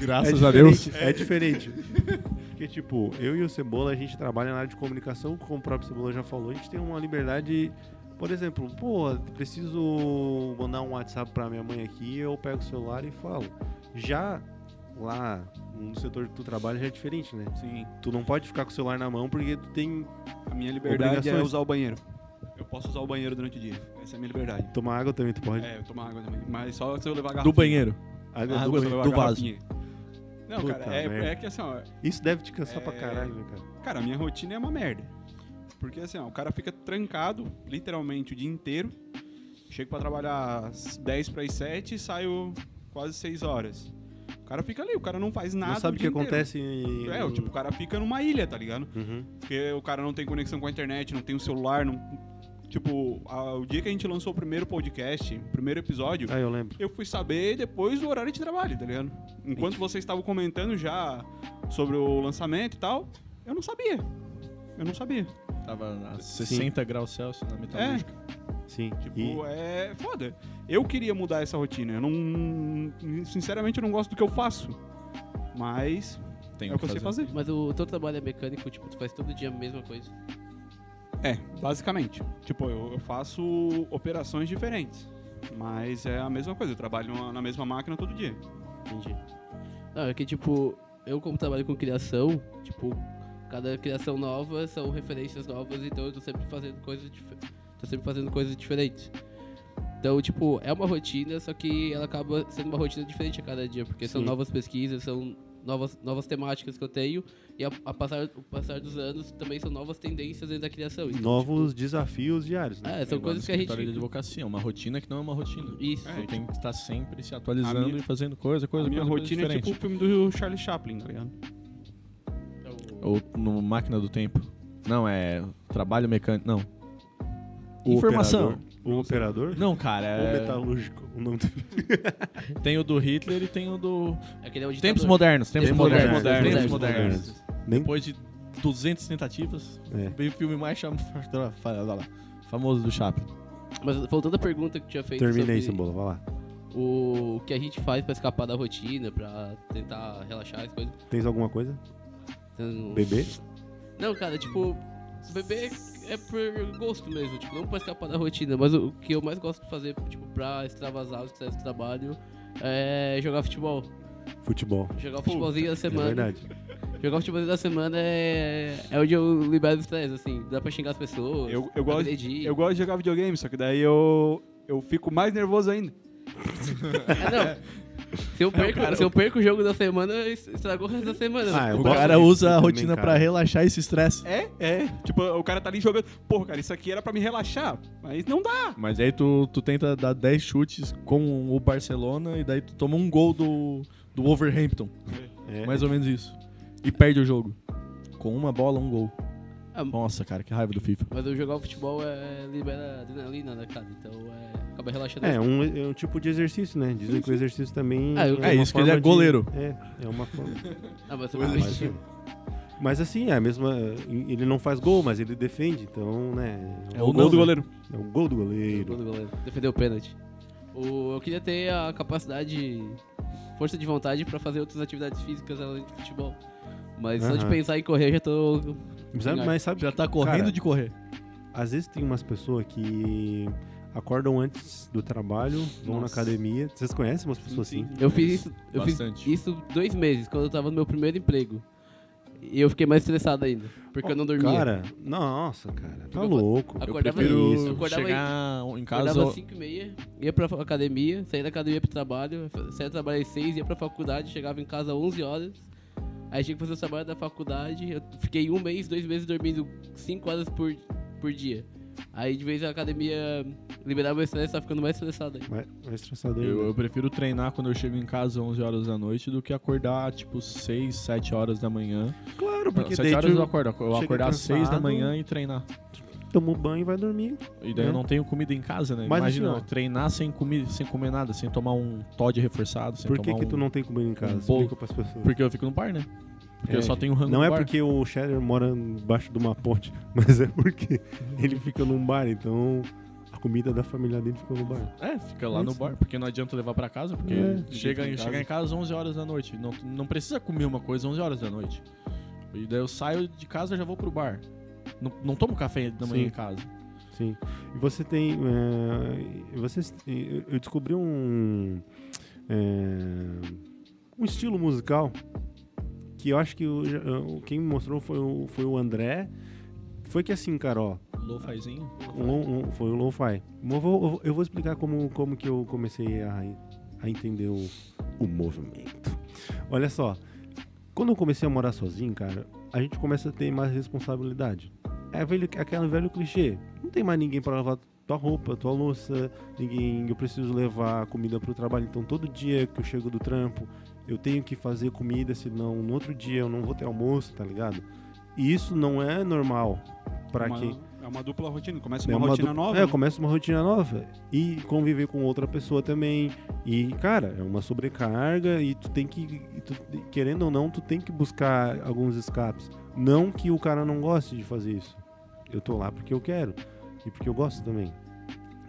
[SPEAKER 2] Graças
[SPEAKER 1] é
[SPEAKER 2] a Deus.
[SPEAKER 1] diferente, É diferente. (laughs) Porque, tipo, eu e o Cebola, a gente trabalha na área de comunicação, como o próprio Cebola já falou, a gente tem uma liberdade. Por exemplo, pô, preciso mandar um WhatsApp pra minha mãe aqui, eu pego o celular e falo. Já lá no setor que tu trabalha já é diferente, né?
[SPEAKER 4] Sim.
[SPEAKER 1] Tu não pode ficar com o celular na mão porque tu tem
[SPEAKER 4] A minha liberdade é
[SPEAKER 1] Obrigações.
[SPEAKER 4] usar o banheiro. Eu posso usar o banheiro durante o dia. Essa é a minha liberdade.
[SPEAKER 1] tomar água também, tu pode.
[SPEAKER 4] É, eu tomar água também. Mas só se eu levar a garrafinha. É,
[SPEAKER 2] Do banheiro.
[SPEAKER 1] Água
[SPEAKER 2] Ah,
[SPEAKER 1] do
[SPEAKER 2] água
[SPEAKER 1] banheiro.
[SPEAKER 2] do vaso.
[SPEAKER 4] garrafinha. Não,
[SPEAKER 1] Puta
[SPEAKER 4] cara,
[SPEAKER 1] merda.
[SPEAKER 4] é, é que assim, ó.
[SPEAKER 1] Isso deve te cansar pra
[SPEAKER 4] É.
[SPEAKER 1] caralho, né, cara?
[SPEAKER 4] Cara, a minha rotina é uma merda. Porque assim, ó, o cara fica trancado, literalmente, o dia inteiro. Chego pra trabalhar às 10 para as 7 e saio quase 6 horas. O cara fica ali, o cara não faz nada.
[SPEAKER 1] não sabe o que
[SPEAKER 4] dia inteiro.
[SPEAKER 1] acontece em...
[SPEAKER 4] É, o tipo, o cara fica numa ilha, tá ligado?
[SPEAKER 1] Uhum.
[SPEAKER 4] Porque o cara não tem conexão com a internet, não tem o celular, não. Tipo, a- o dia que a gente lançou o primeiro podcast, o primeiro episódio,
[SPEAKER 1] Ah, eu lembro.
[SPEAKER 4] eu fui saber depois do horário de trabalho, tá ligado? Enquanto vocês estavam comentando já sobre o lançamento e tal, eu não sabia. Eu não sabia.
[SPEAKER 2] Tava a
[SPEAKER 1] Sim.
[SPEAKER 2] 60 graus Celsius na metalúrgica.
[SPEAKER 1] Sim.
[SPEAKER 4] Tipo,
[SPEAKER 1] E-
[SPEAKER 4] é foda. Eu queria mudar essa rotina. Eu não. Sinceramente, eu não gosto do que eu faço. Mas
[SPEAKER 2] Tem
[SPEAKER 4] é o que eu sei fazer.
[SPEAKER 3] Mas o teu trabalho é mecânico, tipo, tu faz todo dia a mesma coisa.
[SPEAKER 4] É, basicamente. Tipo, eu, eu faço operações diferentes. Mas é a mesma coisa, eu trabalho na- na mesma máquina todo dia.
[SPEAKER 3] Entendi. Não, é que tipo, eu como trabalho com criação, tipo, cada criação nova são referências novas, então eu tô sempre fazendo coisas diferentes. Tô sempre fazendo coisas diferentes. Então, tipo, é uma rotina, só que ela acaba sendo uma rotina diferente a cada dia, porque são
[SPEAKER 1] Sim.
[SPEAKER 3] novas pesquisas, são novas, novas temáticas que eu tenho, e a, a passar, o passar dos anos também são novas tendências dentro da criação. Então,
[SPEAKER 1] novos desafios diários,
[SPEAKER 3] tipo,
[SPEAKER 1] né?
[SPEAKER 3] é, são coisas que a gente.
[SPEAKER 2] de advocacia, é uma rotina que não é uma rotina.
[SPEAKER 3] Isso. então,
[SPEAKER 4] É,
[SPEAKER 2] Você tem que estar sempre se
[SPEAKER 4] a
[SPEAKER 2] atualizando
[SPEAKER 4] minha-
[SPEAKER 2] e fazendo coisa, coisa,
[SPEAKER 4] a minha
[SPEAKER 2] coisa, coisa
[SPEAKER 4] rotina é
[SPEAKER 2] diferente.
[SPEAKER 4] tipo o filme do Charlie Chaplin, tá ligado?
[SPEAKER 3] Então,
[SPEAKER 2] Ou no Máquina do Tempo. Não, é trabalho mecânico. Não.
[SPEAKER 1] O
[SPEAKER 2] Informação.
[SPEAKER 1] operador- O operador?
[SPEAKER 2] Não, cara.
[SPEAKER 1] O
[SPEAKER 2] É...
[SPEAKER 1] metalúrgico. O nome do...
[SPEAKER 2] Tem o do Hitler e tem o do.
[SPEAKER 3] aquele é o
[SPEAKER 2] Tempos
[SPEAKER 3] ditador.
[SPEAKER 2] modernos, tempos,
[SPEAKER 3] Tempos
[SPEAKER 2] modernos,
[SPEAKER 1] modernos,
[SPEAKER 2] Tempos,
[SPEAKER 1] tempos
[SPEAKER 2] modernos.
[SPEAKER 1] modernos. Nem...
[SPEAKER 2] Depois de 200 tentativas,
[SPEAKER 1] É.
[SPEAKER 2] veio o filme mais cham... (laughs) famoso do Chaplin.
[SPEAKER 3] Mas voltando à pergunta que tu tinha feito
[SPEAKER 1] Termina
[SPEAKER 3] sobre
[SPEAKER 1] aí, Cebola, vai lá.
[SPEAKER 3] o que a gente faz pra escapar da rotina, pra tentar relaxar as coisas.
[SPEAKER 1] Tens alguma coisa?
[SPEAKER 3] Então,
[SPEAKER 1] Bebê?
[SPEAKER 3] Não, cara, tipo, beber é por gosto mesmo, tipo, não pra escapar da rotina, mas o o que eu mais gosto de fazer, tipo, pra extravasar o estresse do trabalho é jogar futebol.
[SPEAKER 1] Futebol.
[SPEAKER 3] Jogar o futebolzinho da
[SPEAKER 1] É
[SPEAKER 3] semana.
[SPEAKER 1] verdade.
[SPEAKER 3] jogar o futebolzinho da semana é, é onde eu libero o estresse, assim, dá pra xingar as pessoas,
[SPEAKER 4] Eu, eu, gosto,
[SPEAKER 3] agredir.
[SPEAKER 4] eu gosto de jogar videogame, só que daí eu, eu fico mais nervoso ainda.
[SPEAKER 3] É, não.
[SPEAKER 2] (laughs)
[SPEAKER 3] Se eu perco, se eu perco o jogo da semana, es- estragou o resto da semana.
[SPEAKER 1] Ah, eu
[SPEAKER 2] O
[SPEAKER 1] gosto
[SPEAKER 2] cara
[SPEAKER 1] disso
[SPEAKER 2] usa a
[SPEAKER 1] também,
[SPEAKER 2] rotina
[SPEAKER 1] cara.
[SPEAKER 2] pra relaxar esse estresse.
[SPEAKER 4] É, é. Tipo, o cara tá ali jogando. Porra, cara, isso aqui era pra me relaxar. Mas não dá.
[SPEAKER 2] Mas aí tu, tu tenta dar 10 chutes com o Barcelona e daí tu toma um gol do, do Wolverhampton.
[SPEAKER 1] É.
[SPEAKER 2] Mais ou menos isso. E perde o jogo. Com uma bola, um gol.
[SPEAKER 3] Ah,
[SPEAKER 2] Nossa, cara, que raiva do FIFA.
[SPEAKER 3] Mas eu jogar futebol é, libera adrenalina, né, cara? Então é, acaba relaxando.
[SPEAKER 1] É, um, é um tipo de exercício, né? Dizem que o exercício também.
[SPEAKER 3] Ah, eu-
[SPEAKER 1] uma
[SPEAKER 3] É
[SPEAKER 2] isso que ele é
[SPEAKER 1] forma de-
[SPEAKER 2] goleiro.
[SPEAKER 1] É, é uma forma.
[SPEAKER 3] Ah, mas eu
[SPEAKER 1] Ah, mas, mas assim, é a mesma. Ele não faz gol, mas ele defende, então, né?
[SPEAKER 2] É o
[SPEAKER 4] Gol do
[SPEAKER 2] né?
[SPEAKER 4] goleiro.
[SPEAKER 1] É o gol do goleiro.
[SPEAKER 3] Defendeu o pênalti. O- eu queria ter a capacidade, força de vontade pra fazer outras atividades físicas além de futebol. Mas só de
[SPEAKER 1] Aham.
[SPEAKER 3] pensar em correr, já tô.
[SPEAKER 1] Sabe, mas sabe,
[SPEAKER 2] Já tá correndo
[SPEAKER 1] Cara,
[SPEAKER 2] de correr.
[SPEAKER 1] às vezes tem umas pessoas que acordam antes do trabalho, vão
[SPEAKER 2] Nossa.
[SPEAKER 1] na academia. Vocês conhecem umas pessoas
[SPEAKER 4] sim.
[SPEAKER 1] assim?
[SPEAKER 3] Eu fiz isso, eu fiz
[SPEAKER 2] Bastante.
[SPEAKER 3] isso dois meses, quando eu tava no meu primeiro emprego. E eu fiquei mais estressado ainda, porque eu não dormia.
[SPEAKER 1] Cara, nossa, cara, tá
[SPEAKER 3] Eu
[SPEAKER 1] louco.
[SPEAKER 3] Eu
[SPEAKER 2] É Eu
[SPEAKER 3] acordava
[SPEAKER 2] prefiro
[SPEAKER 3] isso, eu acordava
[SPEAKER 2] chegar em casa...
[SPEAKER 3] Acordava às 5 e meia, ia pra academia, saía da academia pro trabalho, saía do trabalho às 6, ia pra faculdade, chegava em casa às 11 horas. Aí tinha que fazer o trabalho da faculdade, eu fiquei um mês, dois meses dormindo 5 horas por, por dia. Aí de vez a academia liberava meu estresse, tava ficando mais estressado aí.
[SPEAKER 1] Mas, mas estressador.
[SPEAKER 2] Eu, eu prefiro treinar quando eu chego em casa 11 horas da noite do que acordar, tipo, 6, 7 horas da manhã.
[SPEAKER 1] Claro, porque
[SPEAKER 2] 7
[SPEAKER 1] daí
[SPEAKER 2] horas eu
[SPEAKER 1] tu
[SPEAKER 2] acordo. Eu
[SPEAKER 1] chega
[SPEAKER 2] acordar às 6 da
[SPEAKER 1] cansado.
[SPEAKER 2] manhã e treinar.
[SPEAKER 1] toma um banho e vai dormir.
[SPEAKER 2] E daí
[SPEAKER 1] É.
[SPEAKER 2] eu não tenho comida em casa, né?
[SPEAKER 1] Mas
[SPEAKER 2] Imagina,
[SPEAKER 1] assim, ó.
[SPEAKER 2] eu treinar sem comer, sem comer nada, sem tomar um Todd reforçado, sem
[SPEAKER 1] Por que,
[SPEAKER 2] tomar
[SPEAKER 1] que
[SPEAKER 2] um...
[SPEAKER 1] tu não tem comida em casa?
[SPEAKER 2] bolo.
[SPEAKER 1] Explica pras pessoas.
[SPEAKER 2] Porque eu fico no bar, né? Porque
[SPEAKER 1] É,
[SPEAKER 2] eu só tenho rango
[SPEAKER 1] Não
[SPEAKER 2] no
[SPEAKER 1] é
[SPEAKER 2] bar.
[SPEAKER 1] porque o Scherer mora embaixo de uma ponte, (laughs) mas é porque ele fica num bar, então a comida da família dele ficou no bar.
[SPEAKER 2] É, fica lá
[SPEAKER 1] É
[SPEAKER 2] no
[SPEAKER 1] isso.
[SPEAKER 2] bar, porque não adianta levar pra casa, porque
[SPEAKER 1] É,
[SPEAKER 2] chega,
[SPEAKER 4] fica em
[SPEAKER 2] em chega em casa 11 horas da noite. Não, não precisa comer uma coisa 11 horas da noite. E daí eu saio de casa e já vou pro bar. Não, não tomo café da manhã
[SPEAKER 1] Sim.
[SPEAKER 2] em casa.
[SPEAKER 1] Sim. E você tem. é, vocês, eu eu descobri um. é, um estilo musical que eu acho que eu já- eu- quem me mostrou foi o, foi o André. Foi que assim, cara, ó,
[SPEAKER 2] Lofazinho.
[SPEAKER 1] um lo- um- foi o Lo-Fi. Mas Eu vou, eu vou- eu vou explicar como, como que eu comecei a, a entender o, o movimento. Olha só, quando eu comecei a morar sozinho, cara, a gente começa a ter mais responsabilidade. É velho, aquele velho clichê. Não tem mais ninguém para lavar tua roupa, tua louça, ninguém. Eu preciso levar comida pro trabalho. Então todo dia que eu chego do trampo, eu tenho que fazer comida, senão no outro dia eu não vou ter almoço, tá ligado? E isso não é normal para
[SPEAKER 4] uma,
[SPEAKER 1] quem
[SPEAKER 4] É uma dupla rotina. Começa
[SPEAKER 1] é
[SPEAKER 4] uma, rotina
[SPEAKER 1] du-
[SPEAKER 4] nova.
[SPEAKER 1] É,
[SPEAKER 4] né?
[SPEAKER 1] começa uma rotina nova. E conviver com outra pessoa também. E, cara, é uma sobrecarga e tu tem que. e tu- querendo ou não, tu tem que buscar alguns escapes. Não que o cara não goste de fazer isso. Eu tô lá porque eu quero. E porque eu gosto também.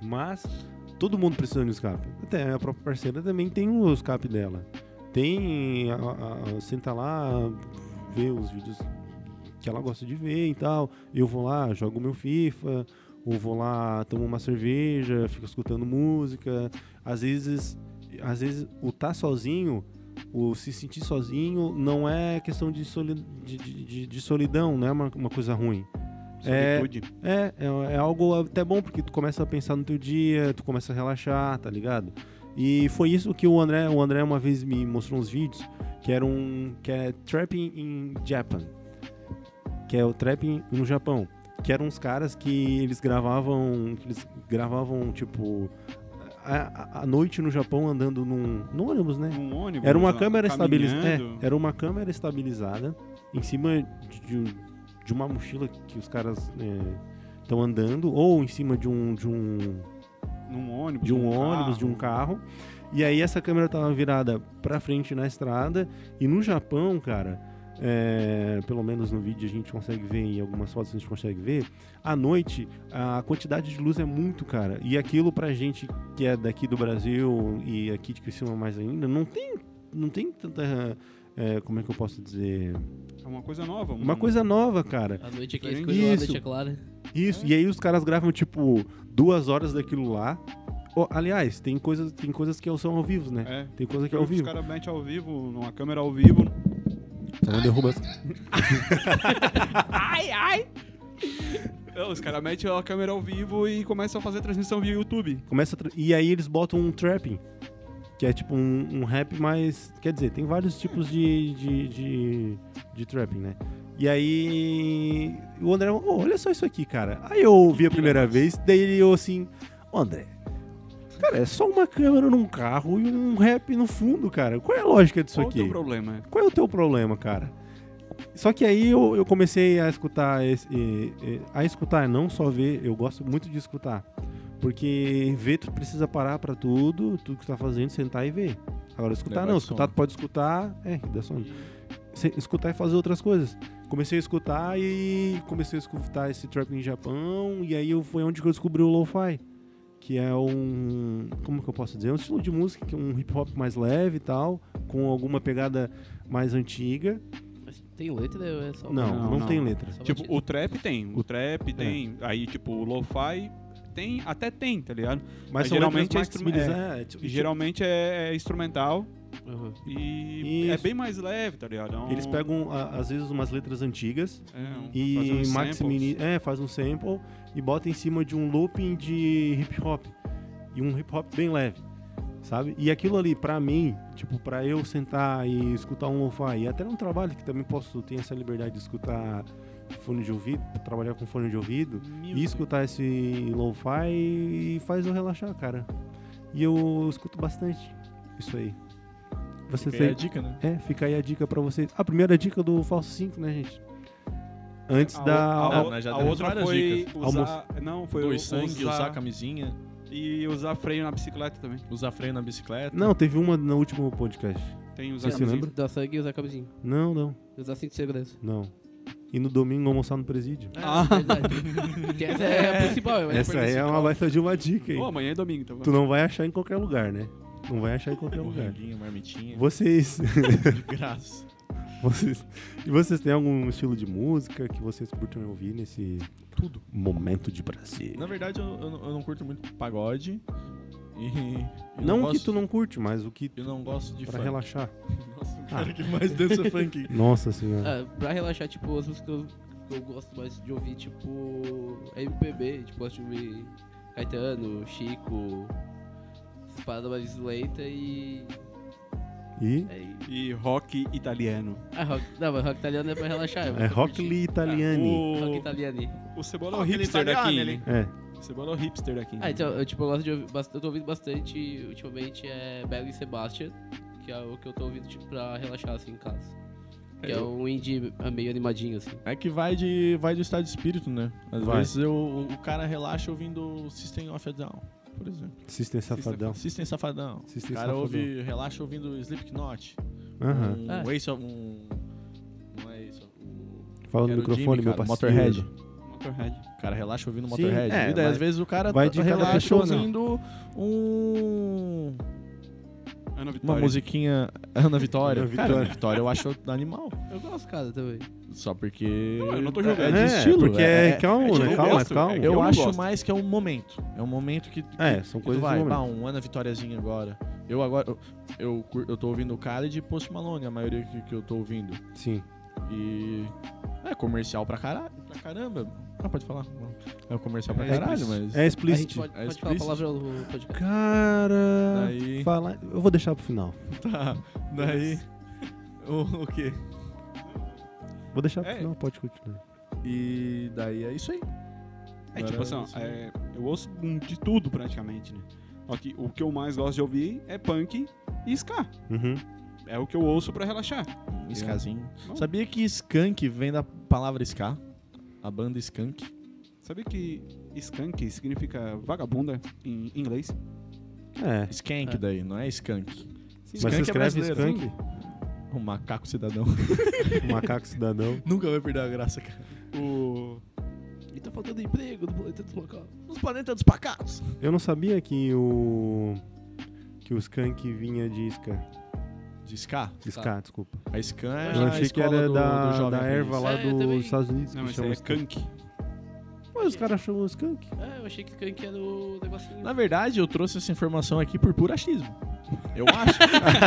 [SPEAKER 1] Mas todo mundo precisa de um escape. Até a própria parceira também tem o escape dela. Tem. A, a- a- senta lá, vê os vídeos que ela gosta de ver e tal. Eu vou lá, jogo meu FIFA, ou vou lá, tomo uma cerveja, fico escutando música. Às vezes, às vezes o tá sozinho, o se sentir sozinho, não é questão de, soli de, de- de- de solidão, não é uma, uma coisa ruim. É,
[SPEAKER 4] Solitude.
[SPEAKER 1] é, é, é algo até bom, porque tu começa a pensar no teu dia, tu começa a relaxar, tá ligado? E foi isso que o André, o André uma vez me mostrou uns vídeos, que era um. que é Trapping in Japan. Que é o Trapping no Japão. Que eram uns caras que eles gravavam. que Eles gravavam, tipo. A, a- a noite no Japão andando num. num ônibus, né?
[SPEAKER 4] Um ônibus,
[SPEAKER 1] Era uma
[SPEAKER 4] ah,
[SPEAKER 1] câmera é, estabilizada.
[SPEAKER 4] caminhando.
[SPEAKER 1] era uma câmera estabilizada em cima de, de- de uma mochila que os caras estão andando, ou em cima de um, de um,
[SPEAKER 4] Num ônibus.
[SPEAKER 1] de um
[SPEAKER 4] num
[SPEAKER 1] ônibus, de um
[SPEAKER 4] carro.
[SPEAKER 1] carro. E aí essa câmera tava virada pra frente na estrada. E no Japão, cara, é, pelo menos no vídeo a gente consegue ver, em algumas fotos a gente consegue ver, à noite a quantidade de luz é muito, cara. E aquilo pra gente que é daqui do Brasil e aqui de Criciúma mais ainda, não tem, não tem tanta... é, como é que eu posso dizer?
[SPEAKER 4] É uma coisa nova.
[SPEAKER 1] Uma
[SPEAKER 4] um-
[SPEAKER 1] coisa nova, cara.
[SPEAKER 3] A noite aqui é
[SPEAKER 4] Isso.
[SPEAKER 3] escura, a noite é clara.
[SPEAKER 1] Isso, e aí os caras gravam, tipo, duas horas daquilo lá. Ó, aliás, tem coisas, tem coisas que são ao vivo, né?
[SPEAKER 4] É.
[SPEAKER 1] Tem coisa que é ao
[SPEAKER 4] Os
[SPEAKER 1] vivo.
[SPEAKER 4] caras metem ao vivo, numa câmera ao vivo.
[SPEAKER 1] Então derruba.
[SPEAKER 4] Não, os caras metem a câmera ao vivo e começam a fazer transmissão via YouTube.
[SPEAKER 1] Começa a tra- E aí eles botam um trapping. Que que é tipo um, um rap mais. Quer dizer, tem vários tipos de, de, de, de trapping, né? E aí o André, "Ô, olha só isso aqui, cara. Aí eu ouvi a primeira vez, daí ele eu assim, "Ô, André, cara, é só uma câmera num carro e um rap no fundo, cara. Qual é a lógica disso
[SPEAKER 4] Qual
[SPEAKER 1] aqui?
[SPEAKER 4] o teu problema?
[SPEAKER 1] qual é o teu problema, cara? Só que aí eu, eu comecei a escutar, esse- e- e- a escutar, não só ver, eu gosto muito de escutar. Porque ver, tu precisa parar pra tudo, tudo que tu tá fazendo, sentar e ver. Agora, escutar
[SPEAKER 2] Daí
[SPEAKER 1] não,
[SPEAKER 2] bate
[SPEAKER 1] escutar
[SPEAKER 2] sono.
[SPEAKER 1] tu pode escutar, é, que dá sono. Se- escutar e fazer outras coisas. Comecei a escutar e comecei a escutar esse trap em Japão, e aí eu- foi onde que eu descobri o lo-fi. Que é um. Como que eu posso dizer? É um estilo de música, que é um hip hop mais leve e tal, com alguma pegada mais antiga.
[SPEAKER 3] Mas tem letra ou é só...
[SPEAKER 1] Não, não,
[SPEAKER 4] Não, não.
[SPEAKER 1] tem letra.
[SPEAKER 3] só
[SPEAKER 4] Tipo,
[SPEAKER 3] batida?
[SPEAKER 4] o trap tem. O trap
[SPEAKER 1] É.
[SPEAKER 4] tem. Aí, tipo, o lo-fi tem, até tem, tá ligado?
[SPEAKER 1] Mas
[SPEAKER 4] Mas
[SPEAKER 1] são
[SPEAKER 4] geralmente
[SPEAKER 1] letras
[SPEAKER 4] é
[SPEAKER 1] mais
[SPEAKER 4] instrumen-
[SPEAKER 1] civilizadas, é, tipo,
[SPEAKER 4] E geralmente é, é instrumental
[SPEAKER 3] Aham.
[SPEAKER 4] e é
[SPEAKER 1] Isso.
[SPEAKER 4] bem mais leve, tá ligado? É um-
[SPEAKER 1] Eles pegam, a- às vezes, umas letras antigas
[SPEAKER 4] é, um- fazer
[SPEAKER 1] e
[SPEAKER 4] uns
[SPEAKER 1] maximini-
[SPEAKER 4] samples.
[SPEAKER 1] é, faz um sample e bota em cima de um looping de hip hop. E um hip hop bem leve, sabe? E aquilo ali, pra mim, tipo, pra eu sentar e escutar um lo-fi, e até num trabalho que também posso ter essa liberdade de escutar fone de ouvido, trabalhar com fone de ouvido, e escutar esse lo-fi faz eu relaxar, cara. E eu escuto bastante isso aí. Você
[SPEAKER 2] Fica aí a
[SPEAKER 1] fez-
[SPEAKER 2] dica, né?
[SPEAKER 1] é, fica aí a dica pra vocês. A primeira dica do Falso 5, né, gente? Antes
[SPEAKER 4] A o-
[SPEAKER 1] da.
[SPEAKER 4] a,
[SPEAKER 2] Ah,
[SPEAKER 4] o-
[SPEAKER 2] nós já
[SPEAKER 4] a
[SPEAKER 2] demos
[SPEAKER 4] outra
[SPEAKER 2] várias
[SPEAKER 4] foi
[SPEAKER 2] dicas.
[SPEAKER 4] usar, não foi
[SPEAKER 2] Dois
[SPEAKER 4] u-
[SPEAKER 2] sangue, usar camisinha,
[SPEAKER 4] e usar freio na bicicleta também.
[SPEAKER 2] usar freio na bicicleta. um
[SPEAKER 1] Não, teve uma no último podcast.
[SPEAKER 4] Tem usar
[SPEAKER 1] Você se
[SPEAKER 4] camisinha.
[SPEAKER 1] lembra?
[SPEAKER 3] Usar sangue e usar camisinha.
[SPEAKER 1] Não, não,
[SPEAKER 3] Usar cinto de segurança.
[SPEAKER 1] não. E no domingo almoçar no presídio.
[SPEAKER 3] (laughs)
[SPEAKER 4] Ah.
[SPEAKER 3] É verdade. Porque essa é a principal. É a
[SPEAKER 1] Essa aí é
[SPEAKER 3] principal.
[SPEAKER 1] uma baita de uma dica,
[SPEAKER 4] Ô,
[SPEAKER 1] hein?
[SPEAKER 4] amanhã é domingo, então.
[SPEAKER 1] Tu não vai achar em qualquer lugar, né? Não vai achar em qualquer lugar.
[SPEAKER 2] Borrelinha, marmitinha,
[SPEAKER 1] Vocês. (laughs)
[SPEAKER 2] de graça.
[SPEAKER 1] Vocês, e vocês têm algum estilo de música que vocês curtem ouvir nesse
[SPEAKER 2] Tudo.
[SPEAKER 1] momento de prazer?
[SPEAKER 2] Na verdade, eu, eu não- eu não curto muito pagode. E. eu
[SPEAKER 1] Não, o que
[SPEAKER 2] gosto-
[SPEAKER 1] tu não curte, mas o que
[SPEAKER 2] Eu não gosto de
[SPEAKER 1] pra
[SPEAKER 2] funk.
[SPEAKER 1] relaxar. Ah.
[SPEAKER 2] Nossa, o cara que mais
[SPEAKER 1] (laughs)
[SPEAKER 2] dança funk.
[SPEAKER 1] Nossa senhora.
[SPEAKER 3] Ah, pra relaxar, tipo, as músicas que eu, que eu gosto mais de ouvir, tipo, é MPB, tipo, gosto de ouvir Caetano, Chico, essas paradas mais leitas e...
[SPEAKER 1] E
[SPEAKER 3] aí-
[SPEAKER 4] E rock italiano.
[SPEAKER 3] Ah, rock, não, mas rock italiano é pra relaxar. é pra
[SPEAKER 1] é
[SPEAKER 3] tu
[SPEAKER 1] rock
[SPEAKER 3] curtir.
[SPEAKER 1] Lee
[SPEAKER 4] Ah,
[SPEAKER 1] Italiani.
[SPEAKER 3] Rock
[SPEAKER 4] O,
[SPEAKER 3] italiano.
[SPEAKER 4] o Cebola é o
[SPEAKER 2] Rock
[SPEAKER 4] hipster
[SPEAKER 2] italiano,
[SPEAKER 4] daqui.
[SPEAKER 2] ele-
[SPEAKER 4] né?
[SPEAKER 1] É.
[SPEAKER 4] O Cebola é o hipster daqui.
[SPEAKER 3] Ah, então, eu, tipo, eu gosto de ouvir, bast- eu tô ouvindo bastante, ultimamente, é Belo e Sebastian, que é o que eu tô ouvindo, tipo, pra relaxar, assim, em casa. Que é um indie é meio animadinho, assim.
[SPEAKER 2] É que vai, de, vai do estado de espírito, né? Às
[SPEAKER 1] Vai.
[SPEAKER 2] vezes eu, o cara relaxa ouvindo System of a Down, por exemplo.
[SPEAKER 1] System Safadão.
[SPEAKER 2] System Safadão.
[SPEAKER 1] Então. System
[SPEAKER 2] o cara
[SPEAKER 1] Safadão.
[SPEAKER 2] ouve, relaxa ouvindo Slipknot.
[SPEAKER 1] Aham.
[SPEAKER 2] Um
[SPEAKER 3] Ah.
[SPEAKER 2] Ace of... Um, não é Ace of... um-
[SPEAKER 1] Fala no
[SPEAKER 2] Quero
[SPEAKER 1] microfone,
[SPEAKER 2] Jimmy,
[SPEAKER 1] meu parceiro.
[SPEAKER 2] cara, Motorhead.
[SPEAKER 4] Motorhead.
[SPEAKER 2] O cara relaxa ouvindo
[SPEAKER 1] Sim,
[SPEAKER 2] Motorhead.
[SPEAKER 1] é,
[SPEAKER 2] e daí,
[SPEAKER 1] mas
[SPEAKER 2] às vezes, o cara
[SPEAKER 1] vai
[SPEAKER 2] t-
[SPEAKER 1] de cada
[SPEAKER 2] relaxa
[SPEAKER 1] pessoa, né?
[SPEAKER 2] ouvindo um...
[SPEAKER 4] Ana Vitória.
[SPEAKER 2] Uma musiquinha... Ana Vitória.
[SPEAKER 1] Ana
[SPEAKER 2] Cara, Ana
[SPEAKER 1] Vitória.
[SPEAKER 2] Vitória eu acho animal.
[SPEAKER 3] Eu gosto, cara, também.
[SPEAKER 2] Só porque...
[SPEAKER 4] Não, eu não tô
[SPEAKER 2] é-
[SPEAKER 4] julgando.
[SPEAKER 2] É de estilo.
[SPEAKER 1] porque é, calmo,
[SPEAKER 4] é de
[SPEAKER 1] né?
[SPEAKER 4] bom
[SPEAKER 1] Calma,
[SPEAKER 4] gosto,
[SPEAKER 1] calma.
[SPEAKER 4] é que
[SPEAKER 2] Eu,
[SPEAKER 4] não
[SPEAKER 2] acho
[SPEAKER 4] gosto.
[SPEAKER 2] mais que é um momento. É um momento que... que
[SPEAKER 1] É, são coisas
[SPEAKER 2] Coisa
[SPEAKER 1] de
[SPEAKER 2] vai, bah,
[SPEAKER 1] momento.
[SPEAKER 2] um Ana Vitóriazinha agora. Eu agora. Eu, eu, cur- eu tô ouvindo Khaled e Post Malone, a maioria que, que eu tô ouvindo.
[SPEAKER 1] Sim.
[SPEAKER 2] E. É comercial pra caralho. Pra caramba. Ah, pode falar. Não. É comercial pra
[SPEAKER 4] É
[SPEAKER 2] caralho,
[SPEAKER 4] explícito.
[SPEAKER 2] mas.
[SPEAKER 1] É
[SPEAKER 3] A gente
[SPEAKER 1] explícito.
[SPEAKER 3] pode,
[SPEAKER 2] É
[SPEAKER 3] pode falar a
[SPEAKER 2] explícito?
[SPEAKER 3] palavra no podcast.
[SPEAKER 1] Cara.
[SPEAKER 2] Daí.
[SPEAKER 1] Fala... Eu vou deixar pro final.
[SPEAKER 2] Tá. Daí. (laughs) O, o quê?
[SPEAKER 1] Vou deixar pro
[SPEAKER 4] É.
[SPEAKER 1] final, pode continuar.
[SPEAKER 2] E daí é isso aí.
[SPEAKER 4] É tipo assim, ó,
[SPEAKER 2] Agora,
[SPEAKER 4] é, eu ouço um de tudo praticamente, né? Só que o que eu mais gosto de ouvir é punk e ska.
[SPEAKER 1] Uhum.
[SPEAKER 4] É o que eu ouço pra relaxar.
[SPEAKER 2] um Skazinho.
[SPEAKER 4] Bom.
[SPEAKER 2] Sabia que Skunk vem da palavra Ska? A banda Skunk.
[SPEAKER 4] Sabe que skunk significa vagabunda em inglês?
[SPEAKER 1] É.
[SPEAKER 2] Skank
[SPEAKER 3] É.
[SPEAKER 2] daí, não é Skunk.
[SPEAKER 4] Sim,
[SPEAKER 1] Mas
[SPEAKER 2] Skank é
[SPEAKER 1] você escreve
[SPEAKER 2] brasileiro,
[SPEAKER 1] skunk?
[SPEAKER 2] Um macaco cidadão. (laughs)
[SPEAKER 1] O Macaco Cidadão.
[SPEAKER 2] Nunca vai perder a graça, cara.
[SPEAKER 4] O...
[SPEAKER 3] E tá faltando emprego no planeta dos macacos.
[SPEAKER 2] Os planetas dos pacatos.
[SPEAKER 1] Eu não sabia que o. Que o skunk vinha de ska.
[SPEAKER 2] De Ska?
[SPEAKER 1] De ska,
[SPEAKER 3] Tá.
[SPEAKER 1] desculpa.
[SPEAKER 2] A Scan é
[SPEAKER 1] eu
[SPEAKER 2] a
[SPEAKER 1] achei que
[SPEAKER 2] escola
[SPEAKER 1] era
[SPEAKER 2] do,
[SPEAKER 1] da,
[SPEAKER 2] do jovem
[SPEAKER 1] da erva lá
[SPEAKER 3] É, eu
[SPEAKER 1] dos
[SPEAKER 3] também.
[SPEAKER 1] Estados Unidos.
[SPEAKER 4] Não,
[SPEAKER 1] que
[SPEAKER 4] isso
[SPEAKER 1] chama
[SPEAKER 4] aí é
[SPEAKER 1] skunk.
[SPEAKER 4] kunk.
[SPEAKER 1] Mas os caras chamam skunk.
[SPEAKER 3] Ah, eu achei que skunk era o negocinho.
[SPEAKER 2] Na verdade, eu trouxe essa informação aqui por puro achismo. Eu acho.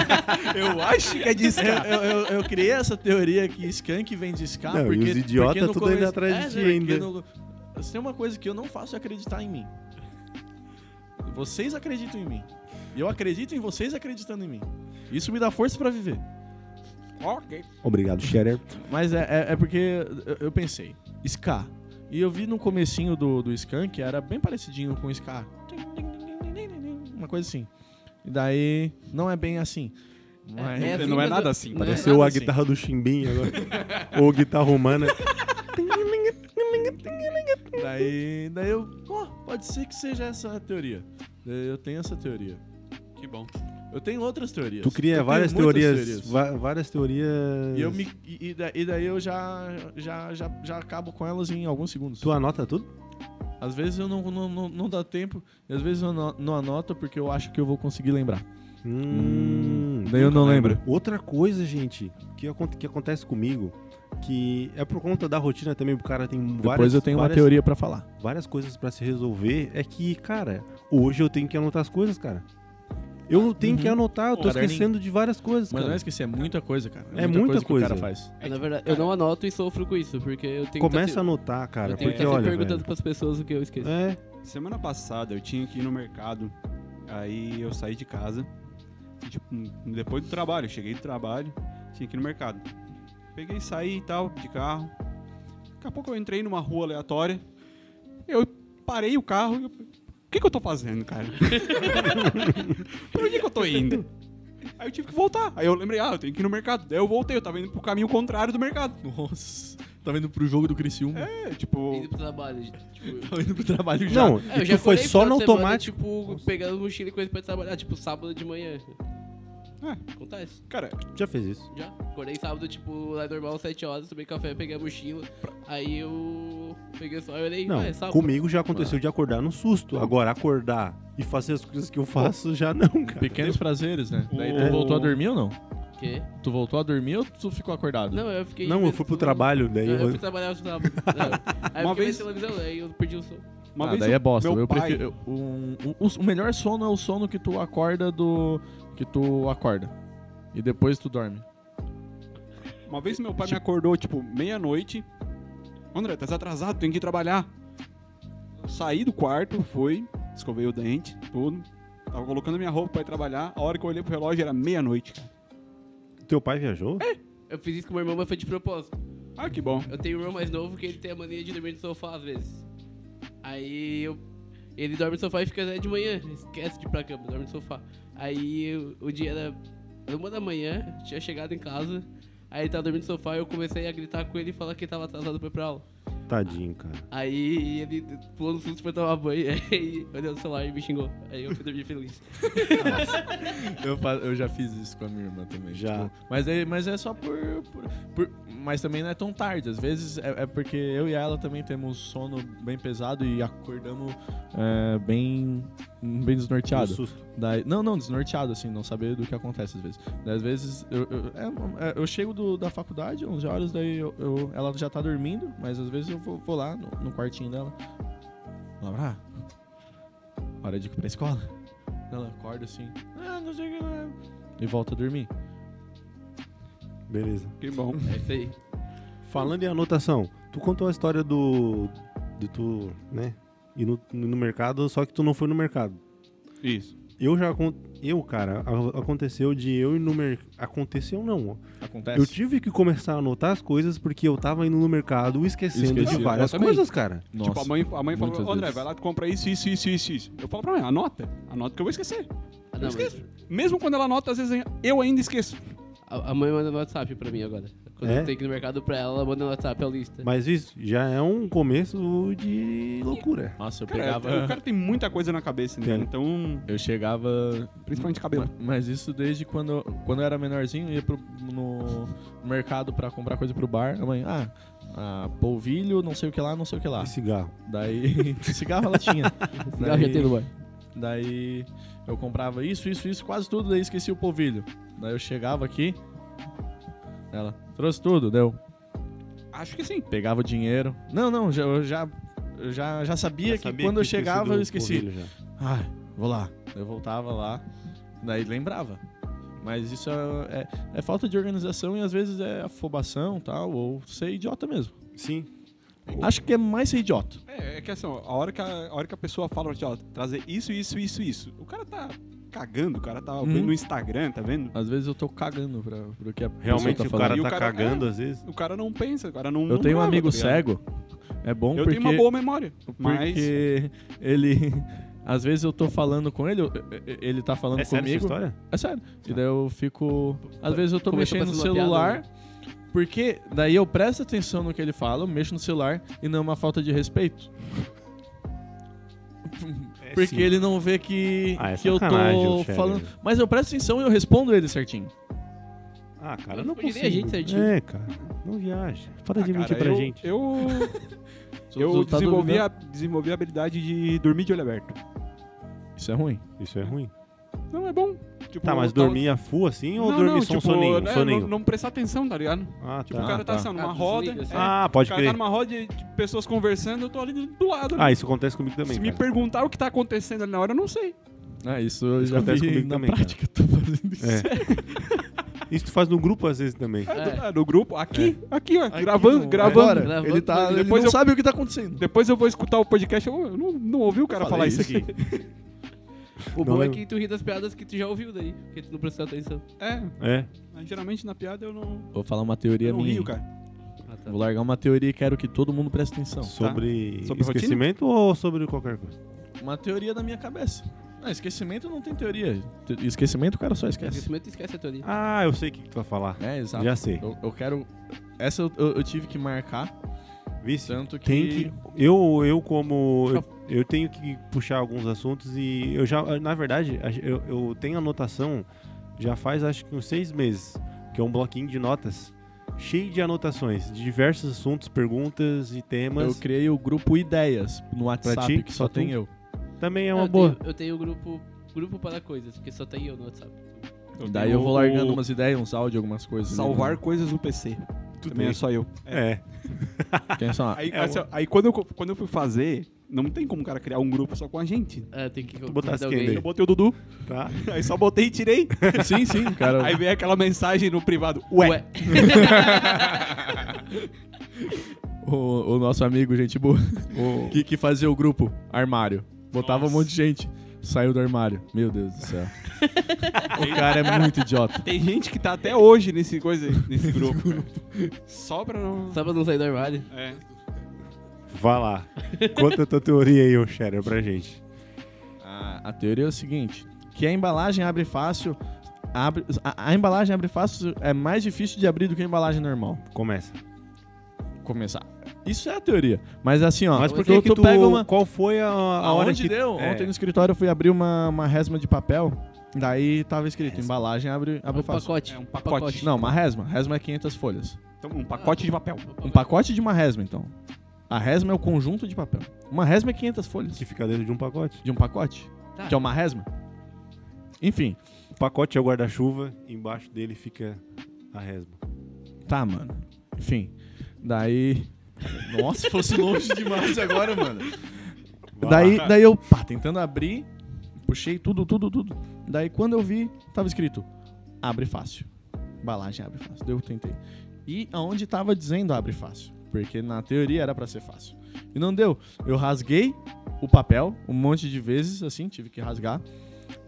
[SPEAKER 2] (laughs) eu acho que é de Ska. Eu, eu, eu criei essa teoria que Skank vem de Ska
[SPEAKER 1] Não, e
[SPEAKER 2] porque.
[SPEAKER 1] os idiota
[SPEAKER 2] porque no
[SPEAKER 1] tudo
[SPEAKER 2] começo-
[SPEAKER 1] ainda atrás de
[SPEAKER 2] É,
[SPEAKER 1] ti
[SPEAKER 2] né, porque
[SPEAKER 1] ainda.
[SPEAKER 2] no- Se tem uma coisa que eu não faço é acreditar em mim. Vocês acreditam em mim. E eu acredito em vocês acreditando em mim. Isso me dá força pra viver.
[SPEAKER 4] Ok.
[SPEAKER 1] Obrigado, Shatter.
[SPEAKER 2] Mas é, é, é porque eu, eu pensei, Ska. E eu vi no comecinho do, do Skunk, era bem parecidinho com o Ska. Uma coisa assim. E daí, não é bem assim. Mas...
[SPEAKER 3] É
[SPEAKER 1] né?
[SPEAKER 3] assim,
[SPEAKER 4] não é
[SPEAKER 3] mas
[SPEAKER 4] nada
[SPEAKER 3] eu-
[SPEAKER 4] assim.
[SPEAKER 3] não é-
[SPEAKER 1] Pareceu a
[SPEAKER 2] assim.
[SPEAKER 1] guitarra do Chimbim agora. Ou guitarra humana.
[SPEAKER 2] Daí, daí eu, ó, pode ser que seja essa a teoria. Daí Eu tenho essa teoria.
[SPEAKER 4] Que bom.
[SPEAKER 2] Eu tenho outras teorias.
[SPEAKER 1] Tu cria
[SPEAKER 2] Eu tenho
[SPEAKER 1] várias
[SPEAKER 2] muitas
[SPEAKER 1] teorias, va- várias teorias.
[SPEAKER 2] E, eu me, e, e da- e daí eu já, já, já, já acabo com elas em alguns segundos.
[SPEAKER 1] Tu anota tudo?
[SPEAKER 2] Às vezes eu não, não, não, não dá tempo, e às vezes eu não, não anoto porque eu acho que eu vou conseguir lembrar.
[SPEAKER 1] Hum,
[SPEAKER 2] Daí eu não lembro.
[SPEAKER 1] Outra coisa, gente, que, acon- que acontece comigo, que é por conta da rotina também, o cara tem várias,
[SPEAKER 2] Depois eu tenho uma
[SPEAKER 1] várias,
[SPEAKER 2] teoria pra falar.
[SPEAKER 1] várias coisas pra se resolver, é que, cara, hoje eu tenho que anotar as coisas, cara. Eu tenho
[SPEAKER 2] Uhum.
[SPEAKER 1] que anotar, eu tô
[SPEAKER 2] Caderninho.
[SPEAKER 1] esquecendo de várias coisas,
[SPEAKER 2] Mas não
[SPEAKER 1] cara.
[SPEAKER 2] é esquecer, é muita coisa, cara.
[SPEAKER 1] É muita
[SPEAKER 2] que o cara
[SPEAKER 1] coisa.
[SPEAKER 2] faz.
[SPEAKER 3] É, Na verdade, eu não anoto e sofro com isso, porque eu
[SPEAKER 1] Começa
[SPEAKER 3] tenho
[SPEAKER 1] a
[SPEAKER 3] que. tá se-
[SPEAKER 1] anotar, cara,
[SPEAKER 3] eu tenho
[SPEAKER 1] porque
[SPEAKER 3] que tá sempre
[SPEAKER 1] olha,
[SPEAKER 3] perguntando
[SPEAKER 1] velho,
[SPEAKER 3] pras pessoas o que eu esqueci.
[SPEAKER 1] é,
[SPEAKER 4] Semana passada eu tinha que ir no mercado, aí eu saí de casa, e, tipo, depois do trabalho, eu cheguei do trabalho, tinha que ir no mercado. Peguei, saí e tal, de carro. Daqui a pouco eu entrei numa rua aleatória, eu parei o carro e eu... O que, que eu tô fazendo, cara? (laughs) Por onde que eu tô indo? Aí eu tive que voltar. Aí eu lembrei, ah, eu tenho que ir no mercado. Daí eu voltei, eu tava indo pro caminho contrário do mercado.
[SPEAKER 2] Nossa, tá vendo pro jogo do Criciúma?
[SPEAKER 4] É, tipo,
[SPEAKER 3] Indo pro trabalho.
[SPEAKER 1] (laughs)
[SPEAKER 3] Tipo,
[SPEAKER 2] Tá indo pro trabalho já.
[SPEAKER 1] Não,
[SPEAKER 3] É, eu
[SPEAKER 1] e
[SPEAKER 3] já
[SPEAKER 1] tu foi
[SPEAKER 3] acordei
[SPEAKER 1] só
[SPEAKER 3] final
[SPEAKER 1] no
[SPEAKER 3] de semana,
[SPEAKER 1] automático.
[SPEAKER 3] Tipo, pegando mochila e coisa pra trabalhar, tipo, sábado de manhã.
[SPEAKER 4] É.
[SPEAKER 3] Acontece.
[SPEAKER 4] cara,
[SPEAKER 1] Já fez isso.
[SPEAKER 3] Já. Acordei sábado, tipo, lá normal, 7 horas, tomei café, peguei a mochila. Aí eu peguei só, eu olhei,
[SPEAKER 1] Não,
[SPEAKER 3] ah, é sábado.
[SPEAKER 1] comigo já
[SPEAKER 2] Ah.
[SPEAKER 1] aconteceu de acordar no susto. Agora, acordar e fazer as coisas que eu faço, já não, cara.
[SPEAKER 2] Pequenos prazeres, né? Daí
[SPEAKER 4] É.
[SPEAKER 2] tu voltou a dormir ou não?
[SPEAKER 3] Quê?
[SPEAKER 2] Tu voltou a dormir ou tu ficou acordado?
[SPEAKER 3] Não, eu fiquei.
[SPEAKER 1] Não, eu fui pro trabalho, daí
[SPEAKER 3] Eu, eu
[SPEAKER 1] eu...
[SPEAKER 3] fui trabalhar, eu
[SPEAKER 4] (laughs)
[SPEAKER 3] estudava. Não. Aí eu
[SPEAKER 4] Uma
[SPEAKER 3] fiquei
[SPEAKER 4] vez-
[SPEAKER 3] na televisão, aí eu perdi o som.
[SPEAKER 4] uma
[SPEAKER 2] ah,
[SPEAKER 4] vez
[SPEAKER 2] daí
[SPEAKER 4] eu-
[SPEAKER 2] é bosta.
[SPEAKER 4] meu
[SPEAKER 2] Eu
[SPEAKER 4] pai-
[SPEAKER 2] prefiro. eu- um- um- o melhor sono é o sono que tu acorda do. Que tu acorda. E depois tu dorme.
[SPEAKER 4] Uma vez meu pai me acordou, tipo, meia-noite. André, tá atrasado, tem que ir trabalhar. Eu Saí do quarto, fui, escovei o dente, tudo. Tava colocando minha roupa pra ir trabalhar. A hora que eu olhei pro relógio era meia-noite. cara.
[SPEAKER 1] Teu pai viajou?
[SPEAKER 3] Eu fiz isso com meu irmão, mas foi de propósito.
[SPEAKER 4] Ah, que bom.
[SPEAKER 3] Eu tenho um irmão mais novo que ele tem a mania de dormir no sofá às vezes. Aí eu- ele dorme no sofá e fica até de manhã, esquece de ir pra cama, dorme no sofá. Aí eu- o dia era era uma da manhã, tinha chegado em casa, aí ele tava dormindo no sofá e eu comecei a gritar com ele e falar que ele tava atrasado pra ir pra aula.
[SPEAKER 1] Tadinho, cara.
[SPEAKER 3] Aí ele pulou no susto pra tomar banho, (laughs) aí olhou no celular e me xingou. Aí eu fui dormir feliz.
[SPEAKER 2] Eu, fa- eu já fiz isso com a minha irmã também.
[SPEAKER 1] Já.
[SPEAKER 2] tipo, mas, é, mas é só por, por- por- Mas também não é tão tarde. Às vezes é, é porque eu e ela também temos sono bem pesado e acordamos é, bem. bem
[SPEAKER 1] Um
[SPEAKER 2] desnorteado.
[SPEAKER 1] susto.
[SPEAKER 2] Daí- não, não, desnorteado, assim, não saber do que acontece às vezes. Daí, às vezes eu, eu, é uma- é, eu chego do- da faculdade, 11 horas, daí eu, eu- ela já tá dormindo, mas às vezes eu vou, vou lá no, no quartinho dela. Laura, hora de ir pra escola. Ela acorda assim, ah, não sei o que lá. E volta a dormir.
[SPEAKER 1] Beleza.
[SPEAKER 4] Que bom.
[SPEAKER 3] É isso aí.
[SPEAKER 1] Falando em anotação, tu contou a história do... De tu, né? Ir no, no mercado, só que tu não foi no mercado.
[SPEAKER 4] Isso.
[SPEAKER 1] Eu já... acon- Eu, cara, a- aconteceu de eu ir no mercado... Aconteceu não, ó.
[SPEAKER 2] Acontece.
[SPEAKER 1] Eu tive que começar a anotar as coisas porque eu tava indo no mercado esquecendo
[SPEAKER 2] Esqueci.
[SPEAKER 1] de várias
[SPEAKER 2] Eu também.
[SPEAKER 1] coisas, cara.
[SPEAKER 2] Nossa.
[SPEAKER 4] tipo, a mãe, a mãe
[SPEAKER 2] muitas
[SPEAKER 4] falou, André,
[SPEAKER 2] vezes.
[SPEAKER 4] vai lá, tu compra isso, isso, isso, isso, isso. Eu falo pra mim, anota. Anota que eu vou esquecer.
[SPEAKER 3] Ah, não, mas
[SPEAKER 4] esqueço. Mesmo quando ela anota, às vezes eu ainda esqueço.
[SPEAKER 3] a, a mãe manda no WhatsApp pra mim agora. Quando
[SPEAKER 1] É?
[SPEAKER 3] eu tenho que ir no mercado pra ela, ela manda no WhatsApp a lista.
[SPEAKER 1] Mas isso já é um começo de loucura.
[SPEAKER 2] Nossa, eu
[SPEAKER 4] Cara,
[SPEAKER 2] pegava.
[SPEAKER 4] o cara tem muita coisa na cabeça, né?
[SPEAKER 1] Tem.
[SPEAKER 4] Então,
[SPEAKER 2] Eu chegava
[SPEAKER 4] principalmente cabelo.
[SPEAKER 2] Mas isso desde quando, quando eu era menorzinho, eu ia pro, no mercado pra comprar coisa pro bar. A mãe, ah, ah, polvilho, não sei o que lá, não sei o que lá.
[SPEAKER 1] E cigarro.
[SPEAKER 2] Daí, (laughs) cigarro ela tinha.
[SPEAKER 3] Cigarro já tem
[SPEAKER 2] daí,
[SPEAKER 3] no banho.
[SPEAKER 2] daí eu comprava isso, isso, isso, quase tudo, daí esqueci o polvilho. Daí eu chegava aqui, ela, trouxe tudo, deu.
[SPEAKER 4] Acho que sim.
[SPEAKER 2] Pegava o dinheiro. Não, não, já- eu já, eu já, já sabia que um quando eu chegava eu esqueci. Ah, vou lá. Eu voltava lá, daí lembrava. Mas isso é, é- é falta de organização e às vezes é afobação tal, ou ser idiota mesmo.
[SPEAKER 1] Sim.
[SPEAKER 2] Acho que é mais ser idiota.
[SPEAKER 4] É, é que assim, ó, a hora que a, a hora que a pessoa fala pra ti, ó, trazer isso, isso, isso, isso, o cara tá. cagando, o cara tá
[SPEAKER 2] Uhum.
[SPEAKER 4] vendo o Instagram, tá vendo?
[SPEAKER 2] Às vezes eu tô cagando pra, pro que a pessoa
[SPEAKER 1] Realmente
[SPEAKER 2] tá
[SPEAKER 1] o
[SPEAKER 2] falando.
[SPEAKER 1] cara
[SPEAKER 4] E o
[SPEAKER 1] tá
[SPEAKER 4] cara-
[SPEAKER 1] cagando às
[SPEAKER 2] É
[SPEAKER 1] vezes.
[SPEAKER 4] O cara não pensa, o cara não.
[SPEAKER 2] Eu
[SPEAKER 4] não
[SPEAKER 2] tenho um
[SPEAKER 4] grava,
[SPEAKER 2] amigo
[SPEAKER 4] tá ligado?
[SPEAKER 2] cego. É bom
[SPEAKER 4] Eu
[SPEAKER 2] porque
[SPEAKER 4] tenho uma boa memória, mas ah,
[SPEAKER 2] porque ele (laughs) às vezes eu tô falando com ele, eu- ele tá falando
[SPEAKER 1] É sério essa
[SPEAKER 2] comigo.
[SPEAKER 1] história?
[SPEAKER 2] É sério. E daí eu fico. Às vezes eu tô
[SPEAKER 3] Começou
[SPEAKER 2] mexendo no
[SPEAKER 3] parecendo uma
[SPEAKER 2] celular. Porque daí eu presto atenção no que ele fala, eu mexo no celular e não é uma falta de respeito.
[SPEAKER 1] É,
[SPEAKER 2] porque
[SPEAKER 1] sim.
[SPEAKER 2] ele não vê que,
[SPEAKER 1] Ah, é
[SPEAKER 2] que eu
[SPEAKER 1] sacanagem,
[SPEAKER 2] tô
[SPEAKER 1] o Scherer.
[SPEAKER 2] falando. Mas eu presto atenção e eu respondo ele certinho.
[SPEAKER 1] Ah, cara, eu não
[SPEAKER 3] Poderia
[SPEAKER 1] consigo.
[SPEAKER 3] a gente certinho.
[SPEAKER 1] É, cara. Não viaja. Para de
[SPEAKER 4] Ah,
[SPEAKER 1] mentir
[SPEAKER 4] cara,
[SPEAKER 1] pra
[SPEAKER 4] eu,
[SPEAKER 1] gente.
[SPEAKER 4] Eu,
[SPEAKER 2] Sou
[SPEAKER 4] eu
[SPEAKER 2] resultado
[SPEAKER 4] desenvolvi,
[SPEAKER 2] do-
[SPEAKER 4] a, desenvolvi a habilidade de dormir de olho aberto.
[SPEAKER 2] Isso é ruim.
[SPEAKER 1] Isso é ruim.
[SPEAKER 4] Não, é bom. Tipo,
[SPEAKER 1] Tá, mas
[SPEAKER 4] eu tava-
[SPEAKER 1] dormir a full assim ou
[SPEAKER 4] Não,
[SPEAKER 1] dormir
[SPEAKER 4] não,
[SPEAKER 1] só um
[SPEAKER 4] tipo,
[SPEAKER 1] soninho?
[SPEAKER 4] né,
[SPEAKER 1] soninho?
[SPEAKER 4] Não, não prestar atenção, tá ligado?
[SPEAKER 1] Ah,
[SPEAKER 4] Tipo, o
[SPEAKER 1] tá.
[SPEAKER 4] cara tá,
[SPEAKER 2] tá.
[SPEAKER 4] assim, ó, numa
[SPEAKER 3] Ah,
[SPEAKER 4] roda.
[SPEAKER 3] desliga, assim.
[SPEAKER 4] é,
[SPEAKER 1] Ah,
[SPEAKER 4] o
[SPEAKER 1] pode
[SPEAKER 4] cara tá
[SPEAKER 1] crer.
[SPEAKER 4] numa roda de pessoas conversando, eu tô ali do do lado.
[SPEAKER 1] Ah, isso acontece comigo também.
[SPEAKER 4] Se me
[SPEAKER 1] cara.
[SPEAKER 4] perguntar o que tá acontecendo ali na hora, eu não sei.
[SPEAKER 2] Ah, isso eu
[SPEAKER 1] Isso
[SPEAKER 2] já
[SPEAKER 1] acontece
[SPEAKER 2] vi
[SPEAKER 1] comigo
[SPEAKER 2] na
[SPEAKER 1] também, cara.
[SPEAKER 2] prática, tô fazendo isso.
[SPEAKER 1] É. Isso tu faz no grupo às vezes também.
[SPEAKER 4] É, do-
[SPEAKER 3] É.
[SPEAKER 4] é, do grupo, aqui, aqui, ó,
[SPEAKER 2] Aqui,
[SPEAKER 4] gravando,
[SPEAKER 2] ó,
[SPEAKER 4] gravando.
[SPEAKER 2] agora,
[SPEAKER 3] Gravando.
[SPEAKER 2] ele tá. Ele
[SPEAKER 4] Depois
[SPEAKER 2] não
[SPEAKER 4] eu-
[SPEAKER 2] sabe o que tá acontecendo.
[SPEAKER 4] Depois eu vou escutar o podcast, eu eu não, não ouvi o cara
[SPEAKER 2] Falei
[SPEAKER 4] falar isso
[SPEAKER 2] isso.
[SPEAKER 4] aqui.
[SPEAKER 3] O
[SPEAKER 1] Não,
[SPEAKER 3] bom é
[SPEAKER 1] eu-
[SPEAKER 3] que tu ri das piadas que tu já ouviu daí, porque tu não prestou atenção.
[SPEAKER 4] (laughs) é,
[SPEAKER 1] É.
[SPEAKER 4] mas geralmente na piada eu não,
[SPEAKER 2] Vou falar uma
[SPEAKER 4] eu
[SPEAKER 2] teoria
[SPEAKER 4] não
[SPEAKER 1] um
[SPEAKER 2] minha.
[SPEAKER 4] rio, cara.
[SPEAKER 3] Ah, tá.
[SPEAKER 2] Vou largar uma teoria e quero que todo mundo preste atenção. tá?
[SPEAKER 1] Sobre,
[SPEAKER 4] Então, tá. Sobre rotina?
[SPEAKER 1] esquecimento ou sobre qualquer coisa?
[SPEAKER 2] Uma teoria da minha cabeça. Ah, esquecimento não tem teoria. Te- Esquecimento o cara só esquece.
[SPEAKER 3] Esquecimento esquece a teoria.
[SPEAKER 1] Ah, eu sei o que, que tu vai falar.
[SPEAKER 2] É, exato.
[SPEAKER 1] Já sei.
[SPEAKER 2] Eu, eu quero. Essa eu, eu- eu tive que marcar,
[SPEAKER 1] Vice,
[SPEAKER 2] tanto que.
[SPEAKER 1] tem que. Eu, eu como. Eu, eu tenho que puxar alguns assuntos e eu já. Na verdade, a- eu, eu tenho anotação já faz acho que uns seis meses, que é um bloquinho de notas cheio de anotações de diversos assuntos, perguntas e
[SPEAKER 2] Eu
[SPEAKER 1] temas.
[SPEAKER 2] criei o grupo Ideias no WhatsApp,
[SPEAKER 1] ti?
[SPEAKER 2] que só
[SPEAKER 1] Só tu?
[SPEAKER 2] tem eu.
[SPEAKER 1] Também é
[SPEAKER 3] Não,
[SPEAKER 1] uma
[SPEAKER 3] eu
[SPEAKER 1] boa.
[SPEAKER 3] Tenho, eu tenho o grupo, grupo para coisas, porque só tem eu no WhatsApp.
[SPEAKER 2] Daí eu vou largando umas ideias, uns áudios, algumas coisas. ali,
[SPEAKER 4] (laughs) Salvar
[SPEAKER 2] né?
[SPEAKER 4] coisas no PC.
[SPEAKER 1] Tu
[SPEAKER 4] Também
[SPEAKER 1] tem.
[SPEAKER 4] é só eu.
[SPEAKER 1] É.
[SPEAKER 2] Tem só-
[SPEAKER 4] (laughs) Aí,
[SPEAKER 1] É,
[SPEAKER 4] assim, ó, aí quando, eu, co- quando eu fui fazer, não tem como o cara criar um grupo só com a gente.
[SPEAKER 3] Ah, tem que
[SPEAKER 1] botasse
[SPEAKER 3] convidar
[SPEAKER 1] quem
[SPEAKER 3] alguém.
[SPEAKER 1] daí?
[SPEAKER 4] Eu botei o Dudu, (laughs)
[SPEAKER 1] Tá.
[SPEAKER 4] aí só botei e tirei.
[SPEAKER 2] (laughs) Sim, sim, cara.
[SPEAKER 4] Aí veio aquela mensagem no privado. Ué,
[SPEAKER 3] Ué,
[SPEAKER 2] O, o nosso amigo, gente boa, (laughs) o- que, que fazia o grupo armário. Botava um
[SPEAKER 4] Nossa.
[SPEAKER 2] monte de gente. Saiu do armário. Meu Deus do céu. o cara é muito idiota.
[SPEAKER 4] tem gente que tá até hoje nesse, coisa,
[SPEAKER 2] (laughs)
[SPEAKER 4] nesse grupo. cara. só pra não...
[SPEAKER 3] só pra não sair do armário.
[SPEAKER 4] É.
[SPEAKER 1] Vai lá. Conta a tua teoria aí, ô Sharer, pra gente.
[SPEAKER 2] A, a teoria é o seguinte: que a embalagem abre fácil. Abre, a, a embalagem abre fácil é mais difícil de abrir do que a embalagem normal.
[SPEAKER 1] Começa.
[SPEAKER 2] Começar. Isso é a teoria. Mas assim, ó.
[SPEAKER 1] Mas por
[SPEAKER 3] por
[SPEAKER 1] que tu,
[SPEAKER 2] tu, tu pega uma.
[SPEAKER 1] Qual foi a, a hora
[SPEAKER 2] Aonde
[SPEAKER 1] que...
[SPEAKER 2] deu?
[SPEAKER 1] é.
[SPEAKER 2] Ontem no escritório eu fui abrir uma, uma resma de papel. Daí tava escrito: embalagem abre,
[SPEAKER 3] É
[SPEAKER 2] abre
[SPEAKER 3] um
[SPEAKER 2] fácil.
[SPEAKER 3] pacote.
[SPEAKER 4] É um pacote.
[SPEAKER 2] Não, uma resma. Resma é 500 folhas.
[SPEAKER 4] Então, um pacote de papel.
[SPEAKER 2] Um pacote de uma resma, então. A resma é o conjunto de papel. Uma resma é 500 folhas
[SPEAKER 1] Que fica dentro de um pacote.
[SPEAKER 2] de um pacote,
[SPEAKER 3] Tá.
[SPEAKER 2] que é uma resma. Enfim,
[SPEAKER 1] O pacote é o guarda-chuva, embaixo dele fica a resma.
[SPEAKER 2] tá, mano. Enfim, daí... Nossa, fosse longe demais agora, mano.
[SPEAKER 1] Vai
[SPEAKER 2] (laughs) Daí,
[SPEAKER 1] lá.
[SPEAKER 2] daí eu, pá, tentando abrir, puxei tudo, tudo, tudo. Daí quando eu vi, tava escrito, abre fácil. Embalagem abre fácil. Daí eu tentei. E aonde tava dizendo abre fácil? Porque na teoria era pra ser fácil. E não deu. Eu rasguei o papel um monte de vezes, assim, tive que rasgar.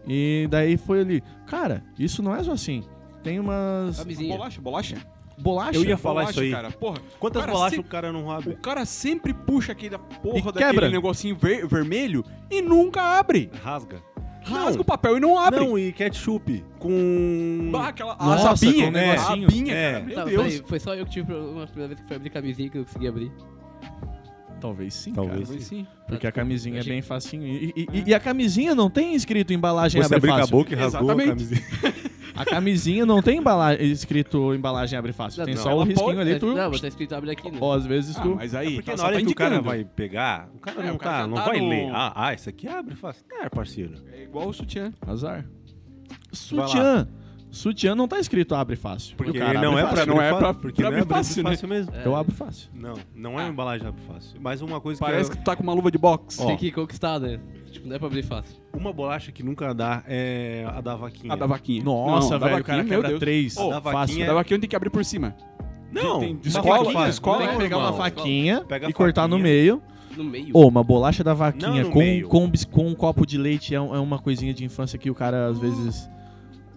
[SPEAKER 2] E daí foi ali, cara, isso não é só assim. Tem umas
[SPEAKER 3] Camisinha.
[SPEAKER 4] Bolacha, bolacha.
[SPEAKER 2] bolachas.
[SPEAKER 1] Eu ia falar
[SPEAKER 4] Bolacha,
[SPEAKER 1] isso aí.
[SPEAKER 4] Cara. Porra,
[SPEAKER 1] Quantas
[SPEAKER 4] Cara,
[SPEAKER 1] bolachas
[SPEAKER 4] se-
[SPEAKER 1] o cara não
[SPEAKER 4] o
[SPEAKER 1] abre?
[SPEAKER 4] cara sempre puxa aquele porra
[SPEAKER 2] E
[SPEAKER 4] daquele
[SPEAKER 2] quebra.
[SPEAKER 4] negocinho ver- vermelho e nunca abre.
[SPEAKER 1] Rasga.
[SPEAKER 4] Rasga o papel e não abre.
[SPEAKER 1] Não, e ketchup com...
[SPEAKER 4] Bah, aquela a
[SPEAKER 2] Nossa,
[SPEAKER 4] abinha,
[SPEAKER 2] com um
[SPEAKER 4] né? A
[SPEAKER 2] negocinho.
[SPEAKER 4] abinha,
[SPEAKER 1] É.
[SPEAKER 4] cara. Meu
[SPEAKER 3] Tá,
[SPEAKER 4] Deus.
[SPEAKER 3] peraí, foi só eu que tive problema a primeira vez que foi abrir camisinha que eu consegui abrir.
[SPEAKER 2] Talvez sim,
[SPEAKER 1] Talvez
[SPEAKER 2] cara.
[SPEAKER 1] sim.
[SPEAKER 2] Porque a camisinha é bem facinho. E, e- e-
[SPEAKER 4] É.
[SPEAKER 2] e a camisinha não tem escrito embalagem
[SPEAKER 1] Você
[SPEAKER 2] abre
[SPEAKER 1] abriu a
[SPEAKER 2] fácil.
[SPEAKER 1] boca e rasgou a
[SPEAKER 4] Exatamente.
[SPEAKER 1] camisinha.
[SPEAKER 2] A camisinha não tem embala- escrito embalagem abre fácil.
[SPEAKER 3] Não,
[SPEAKER 2] Tem
[SPEAKER 3] não.
[SPEAKER 2] só o
[SPEAKER 4] Ela
[SPEAKER 2] risquinho
[SPEAKER 4] pode-
[SPEAKER 2] ali, tu.
[SPEAKER 3] Não, mas tá escrito abre aqui, né?
[SPEAKER 2] Ó, às vezes
[SPEAKER 4] Ah,
[SPEAKER 2] tu.
[SPEAKER 4] mas aí,
[SPEAKER 1] É Porque
[SPEAKER 4] tá
[SPEAKER 1] na
[SPEAKER 4] só
[SPEAKER 1] hora
[SPEAKER 4] tá
[SPEAKER 1] que o cara
[SPEAKER 4] indicando.
[SPEAKER 1] vai pegar, o cara
[SPEAKER 4] É,
[SPEAKER 1] não
[SPEAKER 4] o cara
[SPEAKER 1] tá,
[SPEAKER 4] já
[SPEAKER 1] não
[SPEAKER 4] tá
[SPEAKER 1] vai
[SPEAKER 4] no-
[SPEAKER 1] ler. Ah, ah, isso aqui abre fácil. Cara, parceiro.
[SPEAKER 4] É igual o sutiã.
[SPEAKER 2] Azar. Sutiã. Sutiã não tá escrito abre fácil.
[SPEAKER 1] Porque
[SPEAKER 2] O cara
[SPEAKER 1] não
[SPEAKER 2] abre
[SPEAKER 1] é
[SPEAKER 2] fácil.
[SPEAKER 1] pra
[SPEAKER 4] fácil. Não é
[SPEAKER 1] abrir
[SPEAKER 4] pra-
[SPEAKER 1] fácil, porque
[SPEAKER 4] pra
[SPEAKER 1] não é
[SPEAKER 4] abrir
[SPEAKER 1] abrir
[SPEAKER 4] fácil, né? Ah.
[SPEAKER 1] fácil mesmo.
[SPEAKER 3] É,
[SPEAKER 2] Eu abro fácil.
[SPEAKER 1] Não, não é uma embalagem abre fácil. Mas uma coisa
[SPEAKER 4] Parece
[SPEAKER 1] que,
[SPEAKER 4] que tu tá com uma luva de boxe.
[SPEAKER 3] Tem que conquistar, né? Tipo, não é pra abrir fácil.
[SPEAKER 1] eu- uma bolacha que nunca dá é a da vaquinha.
[SPEAKER 4] A da vaquinha.
[SPEAKER 2] Nossa,
[SPEAKER 4] Não,
[SPEAKER 2] velho,
[SPEAKER 4] da
[SPEAKER 2] o cara
[SPEAKER 4] vaquinha, meu
[SPEAKER 2] quebra
[SPEAKER 4] Deus.
[SPEAKER 2] três.
[SPEAKER 1] Ô, da
[SPEAKER 2] fácil.
[SPEAKER 1] vaquinha
[SPEAKER 4] Da vaquinha tem que abrir por cima.
[SPEAKER 1] Não,
[SPEAKER 4] Tem-
[SPEAKER 1] da
[SPEAKER 4] escola,
[SPEAKER 1] vaquinha.
[SPEAKER 4] escola.
[SPEAKER 2] Tem que pegar uma
[SPEAKER 3] Normal.
[SPEAKER 2] faquinha
[SPEAKER 1] Pega a
[SPEAKER 2] e cortar no
[SPEAKER 1] faquinha.
[SPEAKER 2] meio.
[SPEAKER 3] No meio.
[SPEAKER 2] Ô, uma bolacha da vaquinha
[SPEAKER 1] Não no
[SPEAKER 2] com,
[SPEAKER 1] meio.
[SPEAKER 2] com, bis- com um copo de leite é, um- é uma coisinha de infância que o cara às vezes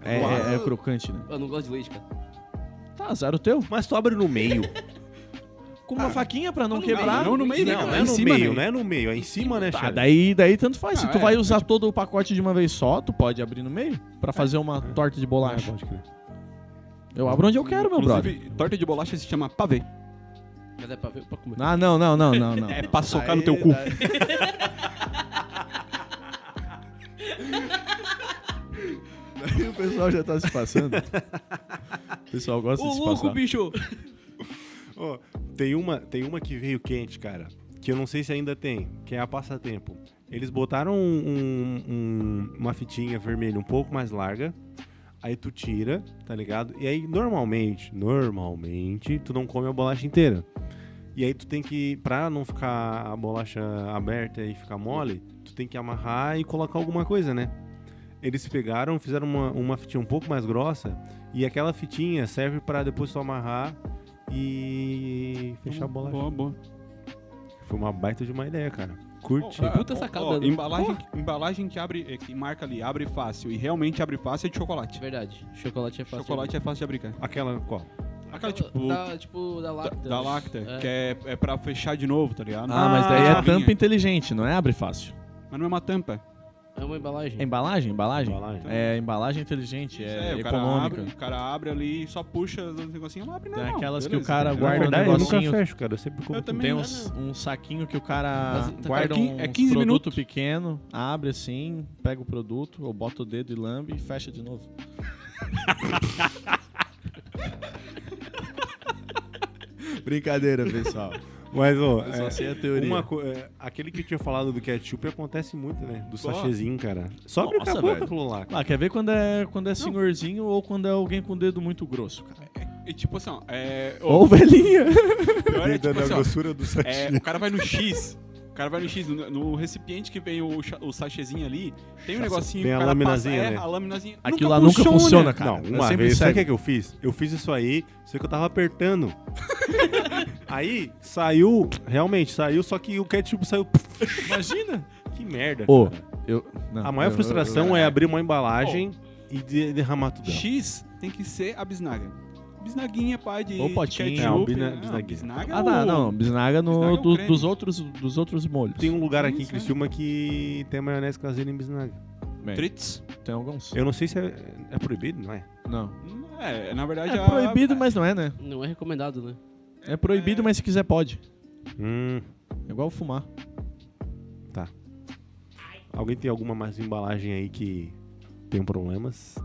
[SPEAKER 2] é,
[SPEAKER 1] Uau.
[SPEAKER 2] é- é crocante, né?
[SPEAKER 3] Eu não gosto de leite, cara.
[SPEAKER 2] Tá, azar o teu.
[SPEAKER 1] Mas tu abre no meio.
[SPEAKER 2] Com uma faquinha pra não
[SPEAKER 4] no
[SPEAKER 2] quebrar.
[SPEAKER 4] meio, Tá. não no meio,
[SPEAKER 1] Não, não
[SPEAKER 4] é
[SPEAKER 1] é
[SPEAKER 4] em
[SPEAKER 1] no
[SPEAKER 4] cima, Tá,
[SPEAKER 1] meio,
[SPEAKER 4] né?
[SPEAKER 1] não é no meio, é em cima, né,
[SPEAKER 2] Ah,
[SPEAKER 1] Xande?
[SPEAKER 2] daí, daí tanto faz. Se
[SPEAKER 4] Ah,
[SPEAKER 2] tu
[SPEAKER 4] é,
[SPEAKER 2] vai
[SPEAKER 4] é
[SPEAKER 2] usar todo o pacote de uma vez só, tu pode abrir no meio pra fazer uma torta de
[SPEAKER 1] Ah,
[SPEAKER 2] bolacha.
[SPEAKER 1] pode crer.
[SPEAKER 2] Eu abro onde eu quero, meu brother.
[SPEAKER 4] É, Inclusive, torta de bolacha se chama pavê.
[SPEAKER 3] Mas é pra ver ou pra comer?
[SPEAKER 2] Ah, não, não, não, não, não.
[SPEAKER 4] (laughs) É pra socar no teu cu.
[SPEAKER 2] Daí o pessoal já tá se passando. O pessoal gosta de se passar.
[SPEAKER 3] bicho!
[SPEAKER 1] Ó, tem, uma, tem uma que veio quente, cara, que eu não sei se ainda tem, que é a Passatempo. Eles botaram um- um- uma fitinha vermelha um pouco mais larga, aí tu tira, tá ligado? E aí, normalmente, normalmente, tu não come a bolacha inteira. E aí tu tem que, pra não ficar a bolacha aberta e ficar mole, tu tem que amarrar e colocar alguma coisa, né? Eles pegaram, fizeram uma, uma fitinha um pouco mais grossa, e aquela fitinha serve pra depois tu amarrar e fechar a bolacha.
[SPEAKER 4] Boa, boa.
[SPEAKER 1] Foi uma baita de uma ideia, cara. Curti.
[SPEAKER 2] ah,
[SPEAKER 4] Ó,
[SPEAKER 3] Puta
[SPEAKER 4] ó,
[SPEAKER 3] sacada,
[SPEAKER 4] ó,
[SPEAKER 3] né?
[SPEAKER 4] embalagem, embalagem que abre, é, que marca ali, abre fácil e realmente abre fácil é de
[SPEAKER 3] De
[SPEAKER 4] chocolate.
[SPEAKER 3] verdade, chocolate é fácil.
[SPEAKER 4] chocolate é fácil de abrir, cara.
[SPEAKER 1] Aquela qual?
[SPEAKER 4] Aquela tipo
[SPEAKER 3] Da, tipo, da
[SPEAKER 4] da,
[SPEAKER 3] Lacta.
[SPEAKER 4] da Lacta,
[SPEAKER 3] É.
[SPEAKER 4] que é, é pra fechar de novo, tá ligado?
[SPEAKER 2] Ah, mas daí é
[SPEAKER 4] chavinha.
[SPEAKER 2] tampa inteligente, não é abre fácil.
[SPEAKER 4] Mas não é uma tampa.
[SPEAKER 3] É uma embalagem.
[SPEAKER 2] É embalagem, embalagem?
[SPEAKER 1] Embalagem.
[SPEAKER 2] É embalagem inteligente,
[SPEAKER 4] Isso
[SPEAKER 2] é,
[SPEAKER 4] o cara
[SPEAKER 2] econômica.
[SPEAKER 4] Abre, o cara abre ali e só puxa os negocinhos, não abre não.
[SPEAKER 2] Tem
[SPEAKER 4] não.
[SPEAKER 2] aquelas que
[SPEAKER 4] Beleza.
[SPEAKER 2] o cara
[SPEAKER 1] Na
[SPEAKER 2] guarda um
[SPEAKER 1] É, verdade, eu nunca
[SPEAKER 2] negocinho.
[SPEAKER 1] fecho, cara. Eu sempre como
[SPEAKER 4] Eu também
[SPEAKER 2] Tem
[SPEAKER 4] né? não.
[SPEAKER 2] uns- um saquinho que o cara
[SPEAKER 3] Mas, tá,
[SPEAKER 2] guarda
[SPEAKER 4] é quin-
[SPEAKER 2] um
[SPEAKER 4] é 15
[SPEAKER 2] produto
[SPEAKER 4] minutos.
[SPEAKER 2] pequeno, abre assim, pega o produto, ou bota o dedo e lambe e fecha de novo. Brincadeira, pessoal.
[SPEAKER 1] (laughs) Mas, ó,
[SPEAKER 2] Eu só
[SPEAKER 1] é,
[SPEAKER 2] sei a teoria.
[SPEAKER 1] uma co- é, aquele que eu tinha falado do ketchup acontece muito, né? Do
[SPEAKER 4] Só.
[SPEAKER 1] sachêzinho, cara. Só abre com
[SPEAKER 2] Nossa,
[SPEAKER 1] a boca
[SPEAKER 2] velho.
[SPEAKER 1] aquilo lá. cara.
[SPEAKER 2] Ah, quer ver quando é, quando é senhorzinho ou quando é alguém com o dedo muito grosso, cara.
[SPEAKER 4] E tipo assim, ó, é,
[SPEAKER 2] Ou
[SPEAKER 4] o
[SPEAKER 2] velhinha.
[SPEAKER 4] pior é, tipo assim, ó,
[SPEAKER 1] grossura do sachê.
[SPEAKER 4] é, o cara vai no X. O cara vai no X, no, no recipiente que vem o, cha- o sachezinho ali, tem um negocinho
[SPEAKER 1] Tem
[SPEAKER 4] que
[SPEAKER 1] a
[SPEAKER 4] o cara
[SPEAKER 1] laminazinha,
[SPEAKER 4] passa, é,
[SPEAKER 1] né?
[SPEAKER 4] a laminazinha.
[SPEAKER 2] Aquilo lá nunca funciona, cara.
[SPEAKER 1] Não, uma vez, sabe o que, é que eu fiz? Eu fiz isso aí, só que eu tava apertando. aí saiu, realmente saiu, só que o ketchup saiu.
[SPEAKER 2] Imagina.
[SPEAKER 1] Que merda.
[SPEAKER 2] Ô,
[SPEAKER 1] cara.
[SPEAKER 2] eu, não,
[SPEAKER 1] A maior
[SPEAKER 2] eu-
[SPEAKER 1] frustração
[SPEAKER 2] eu-
[SPEAKER 1] é abrir uma embalagem e de- derramar tudo. dela.
[SPEAKER 4] X tem que ser a bisnaga. Bisnaguinha, pai de.
[SPEAKER 2] Ou
[SPEAKER 4] de
[SPEAKER 2] potinho.
[SPEAKER 4] ketchup,
[SPEAKER 1] Não, bisna-
[SPEAKER 4] né?
[SPEAKER 1] bisnaguinha.
[SPEAKER 4] Bisnaga
[SPEAKER 2] Ah,
[SPEAKER 4] é
[SPEAKER 2] tá,
[SPEAKER 4] o-
[SPEAKER 2] não. Bisnaga, no,
[SPEAKER 4] bisnaga é o
[SPEAKER 2] do-
[SPEAKER 4] creme.
[SPEAKER 2] dos, outros, dos outros molhos.
[SPEAKER 1] Tem um lugar aqui em
[SPEAKER 4] Isso, né?
[SPEAKER 1] Criciúma que tem maionese caseira em bisnaga.
[SPEAKER 2] Bem,
[SPEAKER 4] Tritz.
[SPEAKER 2] tem alguns.
[SPEAKER 1] Eu não sei se é, é proibido, não é?
[SPEAKER 2] Não.
[SPEAKER 4] É, na verdade
[SPEAKER 2] É
[SPEAKER 4] a-
[SPEAKER 2] proibido, mas não é, né?
[SPEAKER 3] Não é recomendado, né?
[SPEAKER 2] É proibido, mas se quiser pode.
[SPEAKER 1] Hum,
[SPEAKER 2] É igual fumar.
[SPEAKER 1] alguém tem alguma mais embalagem aí que tem problemas?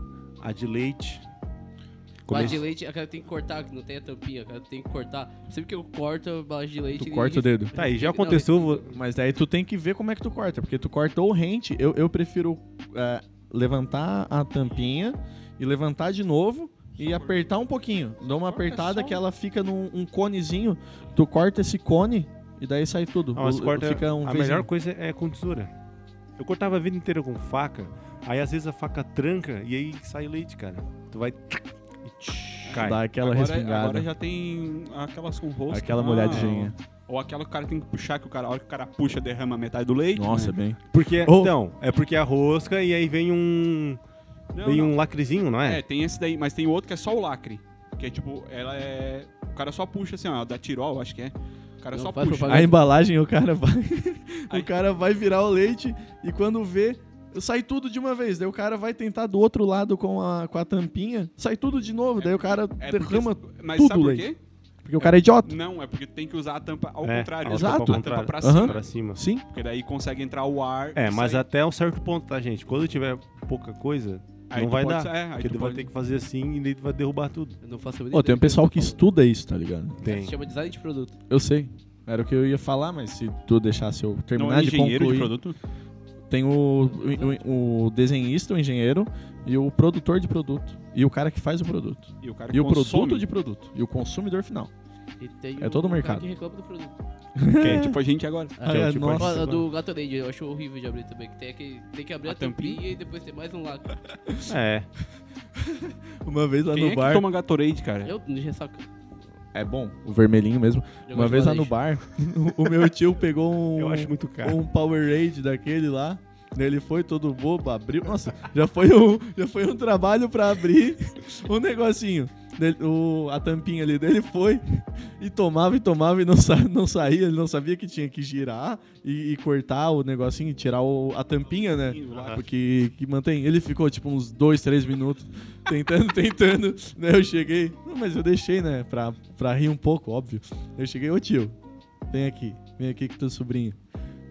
[SPEAKER 1] A de leite.
[SPEAKER 3] Embalagem
[SPEAKER 1] Começo-
[SPEAKER 3] de leite, a cara tem que cortar, que não tem a tampinha, a cara tem que cortar. Sempre que eu corto a embalagem de leite...
[SPEAKER 2] Tu corta o dedo.
[SPEAKER 1] Tá, e já aconteceu. vo-
[SPEAKER 2] Mas daí tu tem que ver como é que tu corta. Porque tu corta ou rente. Eu, eu prefiro é, levantar a tampinha e levantar de novo e apertar um pouquinho. Dá uma
[SPEAKER 4] Corta
[SPEAKER 2] apertada
[SPEAKER 4] só.
[SPEAKER 2] que ela fica num um conezinho. Tu corta esse cone e daí sai tudo.
[SPEAKER 1] Ah, mas
[SPEAKER 2] O-
[SPEAKER 1] corta-
[SPEAKER 2] fica um
[SPEAKER 1] a
[SPEAKER 2] vizinho.
[SPEAKER 1] melhor coisa é com tesoura. Eu cortava a vida inteira com faca, aí às vezes a faca tranca e aí sai leite, cara. Tu vai. e tch, Cai.
[SPEAKER 2] Dá aquela
[SPEAKER 4] agora, é-
[SPEAKER 2] respingada.
[SPEAKER 4] agora Ah. já tem aquelas com rosto.
[SPEAKER 2] né? Aquela
[SPEAKER 4] lá,
[SPEAKER 2] molhadinha.
[SPEAKER 4] Ou, ou aquela que o cara tem que puxar, que o cara, a hora que o cara puxa, derrama metade do leite.
[SPEAKER 2] Nossa,
[SPEAKER 4] né?
[SPEAKER 2] bem.
[SPEAKER 1] Porque,
[SPEAKER 2] Ô.
[SPEAKER 1] então, é porque é a rosca e aí vem um.
[SPEAKER 4] Não,
[SPEAKER 1] vem
[SPEAKER 4] não.
[SPEAKER 1] um lacrezinho, não
[SPEAKER 2] né?
[SPEAKER 1] é?
[SPEAKER 4] É, tem esse daí, mas tem outro que é só o lacre. Que é tipo, ela é. O cara só puxa assim, ó, da Tirol, acho que é. O cara
[SPEAKER 3] Não,
[SPEAKER 4] só
[SPEAKER 3] faz
[SPEAKER 4] puxa.
[SPEAKER 3] propaganda.
[SPEAKER 2] A embalagem, o cara vai. (laughs)
[SPEAKER 4] Aí-
[SPEAKER 2] o cara vai virar o leite e quando vê, sai tudo de uma vez. Daí o cara vai tentar do outro lado com a, com a tampinha, sai tudo de novo. daí o cara
[SPEAKER 4] É porque-
[SPEAKER 2] derrama.
[SPEAKER 4] mas
[SPEAKER 2] tudo
[SPEAKER 4] sabe por
[SPEAKER 2] leite.
[SPEAKER 4] quê?
[SPEAKER 2] Porque o cara é idiota.
[SPEAKER 4] Não, é porque tem que usar a tampa ao
[SPEAKER 1] É,
[SPEAKER 4] contrário.
[SPEAKER 1] a
[SPEAKER 2] Exato.
[SPEAKER 1] tampa ao
[SPEAKER 4] A tampa
[SPEAKER 1] contrário.
[SPEAKER 4] pra
[SPEAKER 2] Aham.
[SPEAKER 4] cima.
[SPEAKER 1] Pra cima.
[SPEAKER 2] Sim.
[SPEAKER 4] Porque daí consegue entrar o ar.
[SPEAKER 1] É,
[SPEAKER 4] e
[SPEAKER 1] mas
[SPEAKER 4] sair.
[SPEAKER 1] até um certo ponto, tá, gente? Quando tiver pouca coisa,
[SPEAKER 4] Aí
[SPEAKER 1] não
[SPEAKER 4] tu
[SPEAKER 1] vai
[SPEAKER 4] pode
[SPEAKER 1] dar.
[SPEAKER 4] sa- é, aí
[SPEAKER 1] porque
[SPEAKER 4] tu
[SPEAKER 1] tu vai
[SPEAKER 4] pode-
[SPEAKER 1] ter que fazer assim e daí tu vai derrubar tudo.
[SPEAKER 3] Eu não faço a
[SPEAKER 2] Ó, tem um pessoal que estuda isso, tá ligado?
[SPEAKER 1] Tem.
[SPEAKER 3] Se chama design de produto.
[SPEAKER 2] Eu sei. Era o que eu ia falar, mas se tu deixasse eu
[SPEAKER 4] Não
[SPEAKER 2] terminar
[SPEAKER 4] é
[SPEAKER 2] de
[SPEAKER 4] engenheiro
[SPEAKER 2] concluir.
[SPEAKER 4] de produto?
[SPEAKER 2] Tem o, o, o desenhista, o engenheiro, e o produtor de produto. E o cara que faz o produto.
[SPEAKER 4] E o cara
[SPEAKER 2] E o
[SPEAKER 4] consome.
[SPEAKER 2] produto de produto. E o consumidor final.
[SPEAKER 3] E tem um
[SPEAKER 2] É todo o
[SPEAKER 3] cara
[SPEAKER 2] mercado.
[SPEAKER 3] que reclama do produto.
[SPEAKER 4] Que é tipo a gente agora.
[SPEAKER 3] Ah,
[SPEAKER 1] é,
[SPEAKER 3] é,
[SPEAKER 1] tipo
[SPEAKER 2] nossa.
[SPEAKER 3] Ó,
[SPEAKER 1] agora.
[SPEAKER 3] do Gatorade, eu acho horrível de abrir também. Que tem, que, tem que abrir
[SPEAKER 4] A
[SPEAKER 3] a, tampinha,
[SPEAKER 4] tampinha?
[SPEAKER 3] e depois tem mais um lá.
[SPEAKER 1] É.
[SPEAKER 2] Uma vez lá
[SPEAKER 4] Quem é que toma Gatorade, cara?
[SPEAKER 3] Eu não ressaca.
[SPEAKER 2] É, É bom, o vermelhinho mesmo.
[SPEAKER 3] Eu
[SPEAKER 2] Uma
[SPEAKER 3] gosto de
[SPEAKER 2] vez lá
[SPEAKER 3] laranja.
[SPEAKER 2] no bar, (laughs) o meu tio pegou um,
[SPEAKER 1] Eu acho muito caro.
[SPEAKER 2] um Powerade daquele lá. Daí Ele foi todo bobo, abriu. Nossa, já foi um, já foi um trabalho pra abrir um negocinho. Daí o, a tampinha ali dele foi e tomava e tomava e não, sa, não saía. Ele não sabia que tinha que girar e, e cortar o negocinho, tirar o- a tampinha, né?
[SPEAKER 1] Aham.
[SPEAKER 2] Porque que mantém. Ele ficou tipo uns dois, três minutos tentando, (laughs) tentando. Daí eu cheguei. Não, mas eu deixei, né? Pra, pra rir um pouco, óbvio. Eu cheguei, ô tio, vem aqui, vem aqui que teu sobrinho.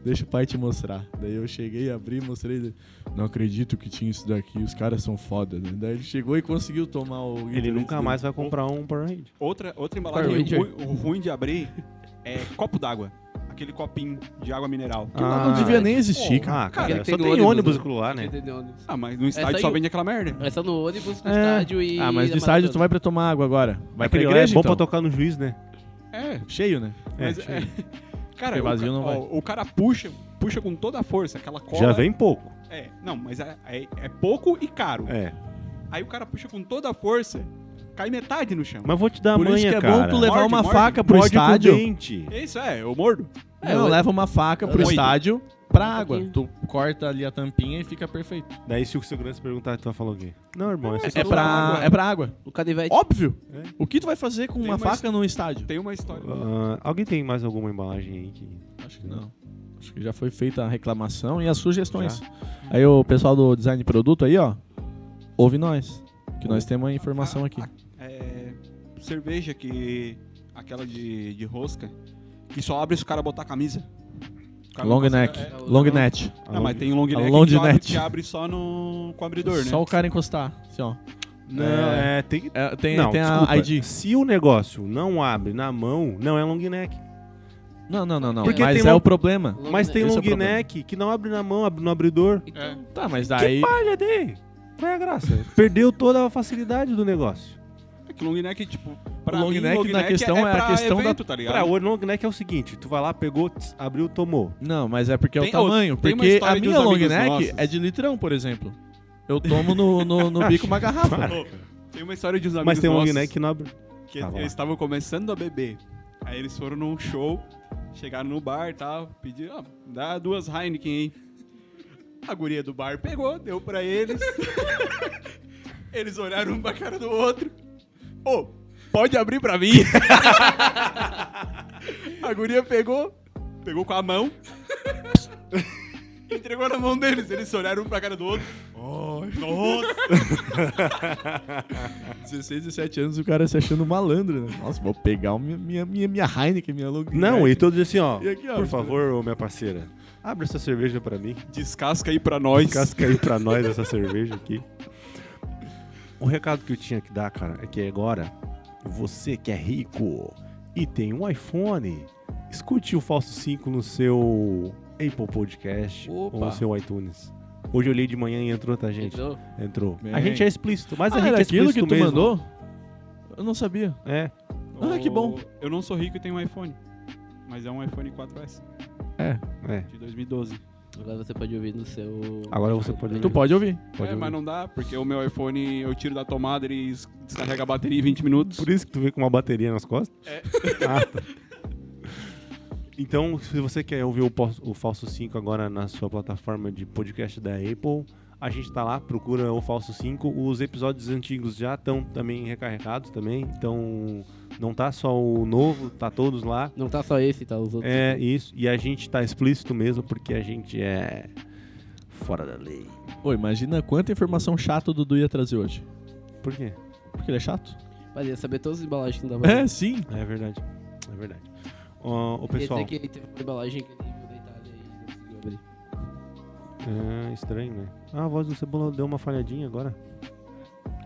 [SPEAKER 2] Deixa o pai te mostrar. Daí eu cheguei, abri, mostrei. ele, Não acredito que tinha isso daqui, os caras são foda. né?" Daí ele chegou e conseguiu tomar o.
[SPEAKER 1] Ele
[SPEAKER 2] Gatorade
[SPEAKER 1] nunca
[SPEAKER 2] dele.
[SPEAKER 1] mais vai comprar um Power Ranger.
[SPEAKER 4] Outra, outra embalagem
[SPEAKER 3] Power Ranger.
[SPEAKER 4] ruim, ruim de abrir é copo d'água. Aquele copinho de água mineral.
[SPEAKER 2] Aquilo lá não devia nem existir, cara.
[SPEAKER 1] Ah, cara,
[SPEAKER 3] Aquele
[SPEAKER 1] só
[SPEAKER 3] tem
[SPEAKER 1] tem
[SPEAKER 3] no
[SPEAKER 1] ônibus
[SPEAKER 3] ônibus,
[SPEAKER 1] aquilo lá, né?
[SPEAKER 3] Entendeu? ônibus.
[SPEAKER 4] Ah, mas no estádio
[SPEAKER 3] aí
[SPEAKER 4] só
[SPEAKER 3] o-
[SPEAKER 4] vende aquela merda.
[SPEAKER 3] É só no ônibus, no
[SPEAKER 1] É.
[SPEAKER 3] estádio e.
[SPEAKER 2] Ah, mas
[SPEAKER 3] na
[SPEAKER 2] do estádio
[SPEAKER 3] maratona.
[SPEAKER 2] tu vai pra tomar água agora. Vai pra
[SPEAKER 1] Aquele lá é
[SPEAKER 2] igreja,
[SPEAKER 1] bom
[SPEAKER 2] então.
[SPEAKER 1] pra tocar no juiz, né?
[SPEAKER 4] É,
[SPEAKER 2] Cheio, né?
[SPEAKER 4] mas
[SPEAKER 1] É,
[SPEAKER 4] é, (laughs) cara,
[SPEAKER 2] Porque
[SPEAKER 4] o,
[SPEAKER 2] vazio
[SPEAKER 4] ca-
[SPEAKER 2] não
[SPEAKER 4] ó,
[SPEAKER 2] vai.
[SPEAKER 4] o cara puxa, puxa com toda a força, aquela cola.
[SPEAKER 1] Já vem pouco.
[SPEAKER 4] É, não, mas é, é- é pouco e caro.
[SPEAKER 1] É.
[SPEAKER 4] Aí o cara puxa com toda a força, cai metade no chão.
[SPEAKER 1] Mas vou te dar a
[SPEAKER 2] Por
[SPEAKER 1] manha,
[SPEAKER 2] isso que é
[SPEAKER 1] cara.
[SPEAKER 2] bom tu levar
[SPEAKER 4] Morde,
[SPEAKER 2] uma
[SPEAKER 4] morde,
[SPEAKER 2] faca pro
[SPEAKER 1] Morde com
[SPEAKER 2] estádio.
[SPEAKER 1] dente.
[SPEAKER 4] Isso é, eu mordo.
[SPEAKER 2] É,
[SPEAKER 3] eu-
[SPEAKER 2] leva uma faca pro
[SPEAKER 4] Oito.
[SPEAKER 2] estádio pra
[SPEAKER 3] Um
[SPEAKER 2] água. Tu
[SPEAKER 3] pouquinho.
[SPEAKER 2] corta ali a tampinha e fica perfeito.
[SPEAKER 1] Daí se o segurança perguntar, tu vai falar o quê? Não, irmão, é só...
[SPEAKER 4] só
[SPEAKER 2] É pra,
[SPEAKER 4] água.
[SPEAKER 2] é pra água.
[SPEAKER 3] O canivete.
[SPEAKER 2] Óbvio.
[SPEAKER 1] É.
[SPEAKER 2] O que tu vai fazer com
[SPEAKER 4] Tem
[SPEAKER 2] uma
[SPEAKER 4] uma
[SPEAKER 2] faca no estádio?
[SPEAKER 4] Tem uma história.
[SPEAKER 1] Ah, alguém tem mais alguma embalagem aí que...
[SPEAKER 2] Acho que não. Acho que já foi feita a reclamação e as sugestões. Aí o pessoal do design de produto aí, ó, ouve nós. Que nós temos a informação aqui.
[SPEAKER 4] É, cerveja que. aquela de, de rosca, que só abre se o cara botar a camisa. O cara não
[SPEAKER 2] Long neck.
[SPEAKER 4] consegue- é,
[SPEAKER 2] Long net.
[SPEAKER 4] Não, mas tem um long
[SPEAKER 2] A
[SPEAKER 4] neck
[SPEAKER 2] long
[SPEAKER 4] que, só abre-
[SPEAKER 2] neck.
[SPEAKER 4] que abre só no com abridor, né?
[SPEAKER 2] Só o cara encostar. Assim, ó.
[SPEAKER 1] Não, é, tem que...
[SPEAKER 2] É, tem
[SPEAKER 1] não,
[SPEAKER 2] tem
[SPEAKER 1] desculpa.
[SPEAKER 2] a ID.
[SPEAKER 1] Se o negócio não abre na mão, não é long neck.
[SPEAKER 2] Não, não, não, não.
[SPEAKER 1] Porque
[SPEAKER 2] mas
[SPEAKER 1] tem
[SPEAKER 2] é
[SPEAKER 1] long-
[SPEAKER 2] o problema.
[SPEAKER 3] Long
[SPEAKER 1] Mas tem
[SPEAKER 2] Esse é o
[SPEAKER 1] long
[SPEAKER 2] problema.
[SPEAKER 1] neck que não abre na mão, abre no abridor.
[SPEAKER 3] Então,
[SPEAKER 2] Tá, mas daí.
[SPEAKER 1] Que palha dele! Qual é a graça? (laughs) Perdeu toda a facilidade do negócio.
[SPEAKER 4] É que long neck, tipo, pra
[SPEAKER 2] Long
[SPEAKER 4] mim,
[SPEAKER 2] neck,
[SPEAKER 4] long
[SPEAKER 2] na
[SPEAKER 4] neck
[SPEAKER 2] questão, é a
[SPEAKER 4] pra
[SPEAKER 2] questão da-
[SPEAKER 4] evento, tá ligado?
[SPEAKER 1] Pra, o long neck é o seguinte, tu vai lá, pegou, tss, abriu, tomou.
[SPEAKER 2] Não, mas é porque é o
[SPEAKER 4] Tem
[SPEAKER 2] tamanho.
[SPEAKER 4] outro- tem uma
[SPEAKER 2] porque a
[SPEAKER 4] história de
[SPEAKER 2] minha
[SPEAKER 4] uns
[SPEAKER 2] long
[SPEAKER 4] amigos
[SPEAKER 2] neck
[SPEAKER 4] nossos.
[SPEAKER 2] é de litrão, por exemplo. Eu tomo no, no, no bico (laughs) uma garrafa.
[SPEAKER 1] Para.
[SPEAKER 4] Tem uma história de uns amigos
[SPEAKER 1] Mas tem um long
[SPEAKER 4] nossos
[SPEAKER 1] neck que não abre.
[SPEAKER 4] que
[SPEAKER 1] Tá, vai lá.
[SPEAKER 4] eles estavam começando a beber. Aí eles foram num show, chegaram no bar e tal, pediram, ó, dá duas Heineken aí. A guria do bar pegou, deu pra eles. eles olharam um pra cara do outro. Ô, pode abrir pra mim? (laughs) a guria pegou, pegou com a mão. (laughs) Entregou na mão deles, eles olharam um pra cara do outro. Oh, nossa!
[SPEAKER 2] 16, 17 anos o cara se achando malandro, né? Nossa, vou pegar o minha, minha, minha, minha Heineken, minha long
[SPEAKER 1] Não,
[SPEAKER 2] neck.
[SPEAKER 1] e todos assim, ó.
[SPEAKER 2] E aqui, ó,
[SPEAKER 1] por
[SPEAKER 2] os-
[SPEAKER 1] favor, ô minha parceira, abre essa cerveja pra mim.
[SPEAKER 4] Descasca aí pra nós.
[SPEAKER 1] Casca aí pra nós
[SPEAKER 2] (laughs)
[SPEAKER 1] essa cerveja aqui. O recado que eu tinha que dar, cara, é que agora, você que é rico e tem um iPhone, escute o Falso 5 no seu Apple Podcast ou
[SPEAKER 3] Opa.
[SPEAKER 1] no seu iTunes. Hoje eu li de manhã e entrou, tá, gente?
[SPEAKER 3] entrou.
[SPEAKER 1] Entrou.
[SPEAKER 2] Bem.
[SPEAKER 1] A gente é explícito, mas a
[SPEAKER 2] ah,
[SPEAKER 1] gente
[SPEAKER 2] era
[SPEAKER 1] é
[SPEAKER 2] aquilo
[SPEAKER 1] explícito
[SPEAKER 2] que tu
[SPEAKER 1] mesmo.
[SPEAKER 2] mandou? Eu não sabia.
[SPEAKER 1] É.
[SPEAKER 2] Ah, que bom.
[SPEAKER 4] Eu não sou rico e tenho um iPhone. Mas é um iPhone 4S
[SPEAKER 1] É.
[SPEAKER 4] de 2012.
[SPEAKER 3] Agora você pode ouvir no seu.
[SPEAKER 1] Agora você pode
[SPEAKER 2] Tu pode ouvir.
[SPEAKER 1] Pode
[SPEAKER 4] é,
[SPEAKER 1] ouvir.
[SPEAKER 4] mas não dá, porque o meu iPhone eu tiro da tomada e descarrega a bateria em 20 minutos.
[SPEAKER 1] Por isso que tu vê com uma bateria nas costas?
[SPEAKER 4] É.
[SPEAKER 1] (laughs) Ah, tá. Então, se você quer ouvir o, pos- o Falso 5 agora na sua plataforma de podcast da Apple, a gente tá lá, procura o Falso 5. Os episódios antigos já estão também recarregados também, então não tá só o novo, tá todos lá.
[SPEAKER 3] Não tá só esse, tá os outros.
[SPEAKER 1] É isso, e a gente tá explícito mesmo porque a gente é fora da lei.
[SPEAKER 2] Ô, imagina quanta informação chata o Dudu ia trazer hoje.
[SPEAKER 1] Por quê?
[SPEAKER 2] Porque ele é chato?
[SPEAKER 3] Mas ia saber todas as embalagens que não dava.
[SPEAKER 2] É, sim.
[SPEAKER 1] É verdade. É verdade. Ó, o
[SPEAKER 3] Quer
[SPEAKER 1] pessoal,
[SPEAKER 3] dizer que ele teve uma embalagem que ele viu na Itália né, e não conseguiu abrir.
[SPEAKER 1] é estranho, né? Ah, a voz do Cebola deu uma falhadinha agora.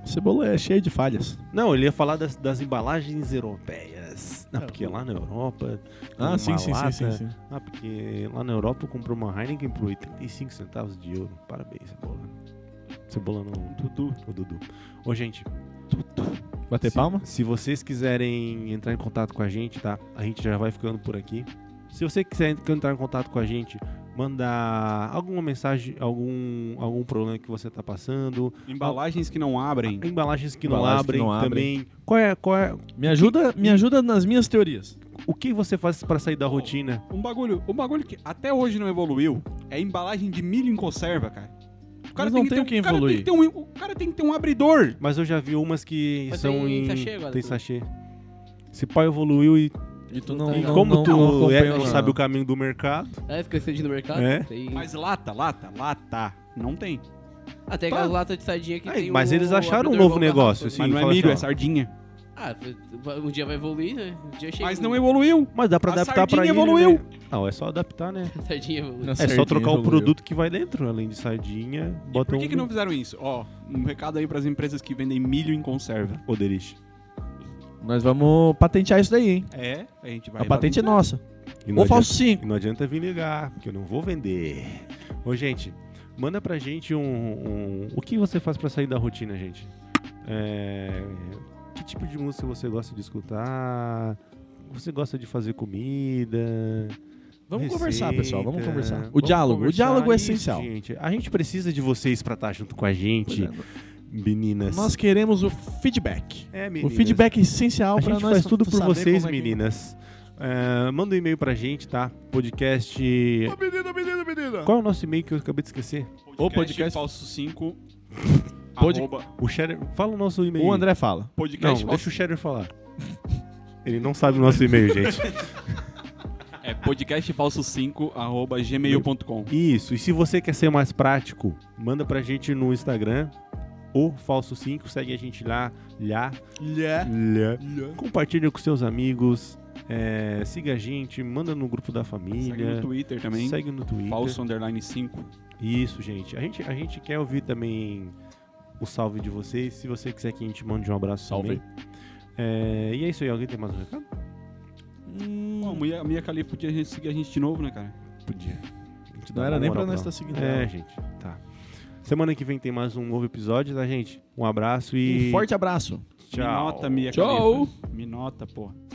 [SPEAKER 2] Cebola é cheio de falhas.
[SPEAKER 1] Não, ele ia falar das, das embalagens europeias. Não, porque lá na Europa.
[SPEAKER 2] É, Ah,
[SPEAKER 1] uma
[SPEAKER 2] sim, sim, sim,
[SPEAKER 1] lata-
[SPEAKER 2] sim, sim.
[SPEAKER 1] Ah, porque lá na Europa eu comprei uma Heineken por 85 centavos de euro. Parabéns, Cebola. Cebola não.
[SPEAKER 4] Dudu.
[SPEAKER 1] O Dudu. Ô, gente,
[SPEAKER 2] Bater
[SPEAKER 1] se,
[SPEAKER 2] palma?
[SPEAKER 1] se vocês quiserem entrar em contato com a gente, tá? A gente já vai ficando por aqui. Se você quiser entrar em contato com a gente, mandar alguma mensagem, algum, algum problema que você está passando,
[SPEAKER 4] Embalagens que não abrem.
[SPEAKER 1] embalagens que não
[SPEAKER 2] Embalagens que
[SPEAKER 1] abrem
[SPEAKER 2] não abrem.
[SPEAKER 1] também. Qual é, qual é,
[SPEAKER 2] Me ajuda, me ajuda nas minhas teorias.
[SPEAKER 1] o que você faz para sair da rotina?
[SPEAKER 4] Um bagulho, um bagulho que até hoje não evoluiu é a embalagem de milho em conserva, cara. O
[SPEAKER 2] Mas não
[SPEAKER 4] que
[SPEAKER 2] tem
[SPEAKER 4] ter
[SPEAKER 2] o que
[SPEAKER 4] cara
[SPEAKER 2] evoluir.
[SPEAKER 4] tem que ter um- o cara tem que ter um abridor.
[SPEAKER 1] Mas eu já vi umas que
[SPEAKER 3] Mas
[SPEAKER 1] são
[SPEAKER 3] tem
[SPEAKER 1] em
[SPEAKER 3] sachê agora,
[SPEAKER 1] tem
[SPEAKER 3] né?
[SPEAKER 1] sachê. Esse pai evoluiu e,
[SPEAKER 2] E tu não.
[SPEAKER 1] e
[SPEAKER 2] não-
[SPEAKER 1] como
[SPEAKER 2] não-
[SPEAKER 1] tu
[SPEAKER 2] não
[SPEAKER 1] é,
[SPEAKER 2] acompanhou
[SPEAKER 1] não
[SPEAKER 2] na-
[SPEAKER 1] sabe o caminho do mercado,
[SPEAKER 3] É, fica estende no mercado.
[SPEAKER 1] É.
[SPEAKER 3] Tem...
[SPEAKER 4] Mas lata, lata, lata. Não tem.
[SPEAKER 3] Ah, tem
[SPEAKER 1] Tá.
[SPEAKER 3] aquelas latas de sardinha que
[SPEAKER 1] Aí,
[SPEAKER 3] tem
[SPEAKER 1] mas
[SPEAKER 3] o-
[SPEAKER 1] eles
[SPEAKER 3] o
[SPEAKER 1] acharam um
[SPEAKER 3] abridor
[SPEAKER 1] novo
[SPEAKER 3] igual
[SPEAKER 1] negócio,
[SPEAKER 3] garrafa,
[SPEAKER 1] Sim,
[SPEAKER 4] Mas não é
[SPEAKER 1] fala
[SPEAKER 4] milho,
[SPEAKER 1] assim, ó.
[SPEAKER 4] é sardinha.
[SPEAKER 3] né? Ah, vai- um dia vai evoluir, né? Um dia chega
[SPEAKER 4] Mas
[SPEAKER 3] um- (laughs)
[SPEAKER 4] não é evoluiu.
[SPEAKER 1] mas dá para
[SPEAKER 4] A
[SPEAKER 1] adaptar para
[SPEAKER 4] sardinha
[SPEAKER 1] ele.
[SPEAKER 4] evoluiu.
[SPEAKER 1] né? Não, é só adaptar, né?
[SPEAKER 3] Sardinha evolui.
[SPEAKER 2] na
[SPEAKER 1] É só
[SPEAKER 2] sardinha,
[SPEAKER 1] trocar o
[SPEAKER 2] evoluiu.
[SPEAKER 1] produto que vai dentro, além de sardinha, bota
[SPEAKER 4] Por que,
[SPEAKER 1] um
[SPEAKER 4] que não fizeram isso? Ó, um recado aí pras empresas que vendem milho em conserva.
[SPEAKER 1] Ô, Delish,
[SPEAKER 2] Nós vamos patentear isso daí, hein?
[SPEAKER 4] É, a gente vai.
[SPEAKER 2] A patente é nossa.
[SPEAKER 1] e não
[SPEAKER 2] Ou
[SPEAKER 1] adianta-
[SPEAKER 2] falso 5.
[SPEAKER 1] E não adianta vir ligar, porque eu não vou vender. Ô, gente, manda pra gente um. um- o que você faz pra sair da rotina, gente? É, que tipo de música você gosta de escutar? Você gosta de fazer comida?
[SPEAKER 2] Vamos conversar,
[SPEAKER 1] Receita?
[SPEAKER 2] pessoal. Vamos conversar. O
[SPEAKER 1] Vamos
[SPEAKER 2] diálogo.
[SPEAKER 1] conversar.
[SPEAKER 2] O diálogo é
[SPEAKER 1] Isso,
[SPEAKER 2] essencial.
[SPEAKER 1] Gente, a gente precisa de vocês pra estar junto com a gente, meninas.
[SPEAKER 2] Nós queremos o feedback.
[SPEAKER 1] é,
[SPEAKER 2] é. O
[SPEAKER 1] meninas.
[SPEAKER 2] feedback é essencial
[SPEAKER 1] A
[SPEAKER 2] pra
[SPEAKER 1] gente
[SPEAKER 2] nós.
[SPEAKER 1] faz tudo
[SPEAKER 2] sa-
[SPEAKER 1] por
[SPEAKER 2] saber
[SPEAKER 1] vocês,
[SPEAKER 2] como é que-
[SPEAKER 1] meninas. É, manda um e-mail pra gente, tá? Podcast.
[SPEAKER 4] Ô, menina, menina, menina.
[SPEAKER 1] Qual é o nosso e-mail que eu acabei de esquecer?
[SPEAKER 4] O
[SPEAKER 2] O podcast-
[SPEAKER 4] podcast falso
[SPEAKER 1] (laughs)
[SPEAKER 4] 5.
[SPEAKER 2] Pod-
[SPEAKER 4] arroba
[SPEAKER 1] O Shader. Fala o nosso e-mail.
[SPEAKER 2] O André fala.
[SPEAKER 1] Não,
[SPEAKER 4] Podcast
[SPEAKER 1] deixa
[SPEAKER 4] falso.
[SPEAKER 1] o Shader falar. Ele não sabe o nosso (laughs) e-mail, gente.
[SPEAKER 4] É podcastfalso5 arroba gmail.com.
[SPEAKER 1] Isso. E se você quer ser mais prático, manda pra gente no Instagram, o Falso 5. Segue a gente lá. lá, lá. Compartilha com seus amigos. é, siga a gente. Manda no grupo da
[SPEAKER 4] Segue no
[SPEAKER 1] família.
[SPEAKER 4] Twitter também.
[SPEAKER 1] Segue no Twitter.
[SPEAKER 4] Falso underline 5.
[SPEAKER 1] Isso, gente. A gente, a gente quer ouvir também o salve de vocês. Se você quiser que a gente mande um abraço
[SPEAKER 2] Salve.
[SPEAKER 1] também. É, e é isso aí. Alguém tem mais um recado?
[SPEAKER 4] Pô, Hum, a Mia, a Mia Khalifa podia a gente seguir a gente de novo, né, cara?
[SPEAKER 1] Podia. A gente dá
[SPEAKER 2] Não era
[SPEAKER 1] uma
[SPEAKER 2] nem pra
[SPEAKER 1] moral
[SPEAKER 2] nós estar
[SPEAKER 1] ela.
[SPEAKER 2] seguindo.
[SPEAKER 1] É,
[SPEAKER 2] ela.
[SPEAKER 1] gente, tá. Semana que vem tem mais um novo episódio, tá, gente? Um abraço e.
[SPEAKER 2] Um forte abraço.
[SPEAKER 1] tchau.
[SPEAKER 4] Me nota, Mia
[SPEAKER 3] Tchau.
[SPEAKER 4] Khalifa. Me nota, porra.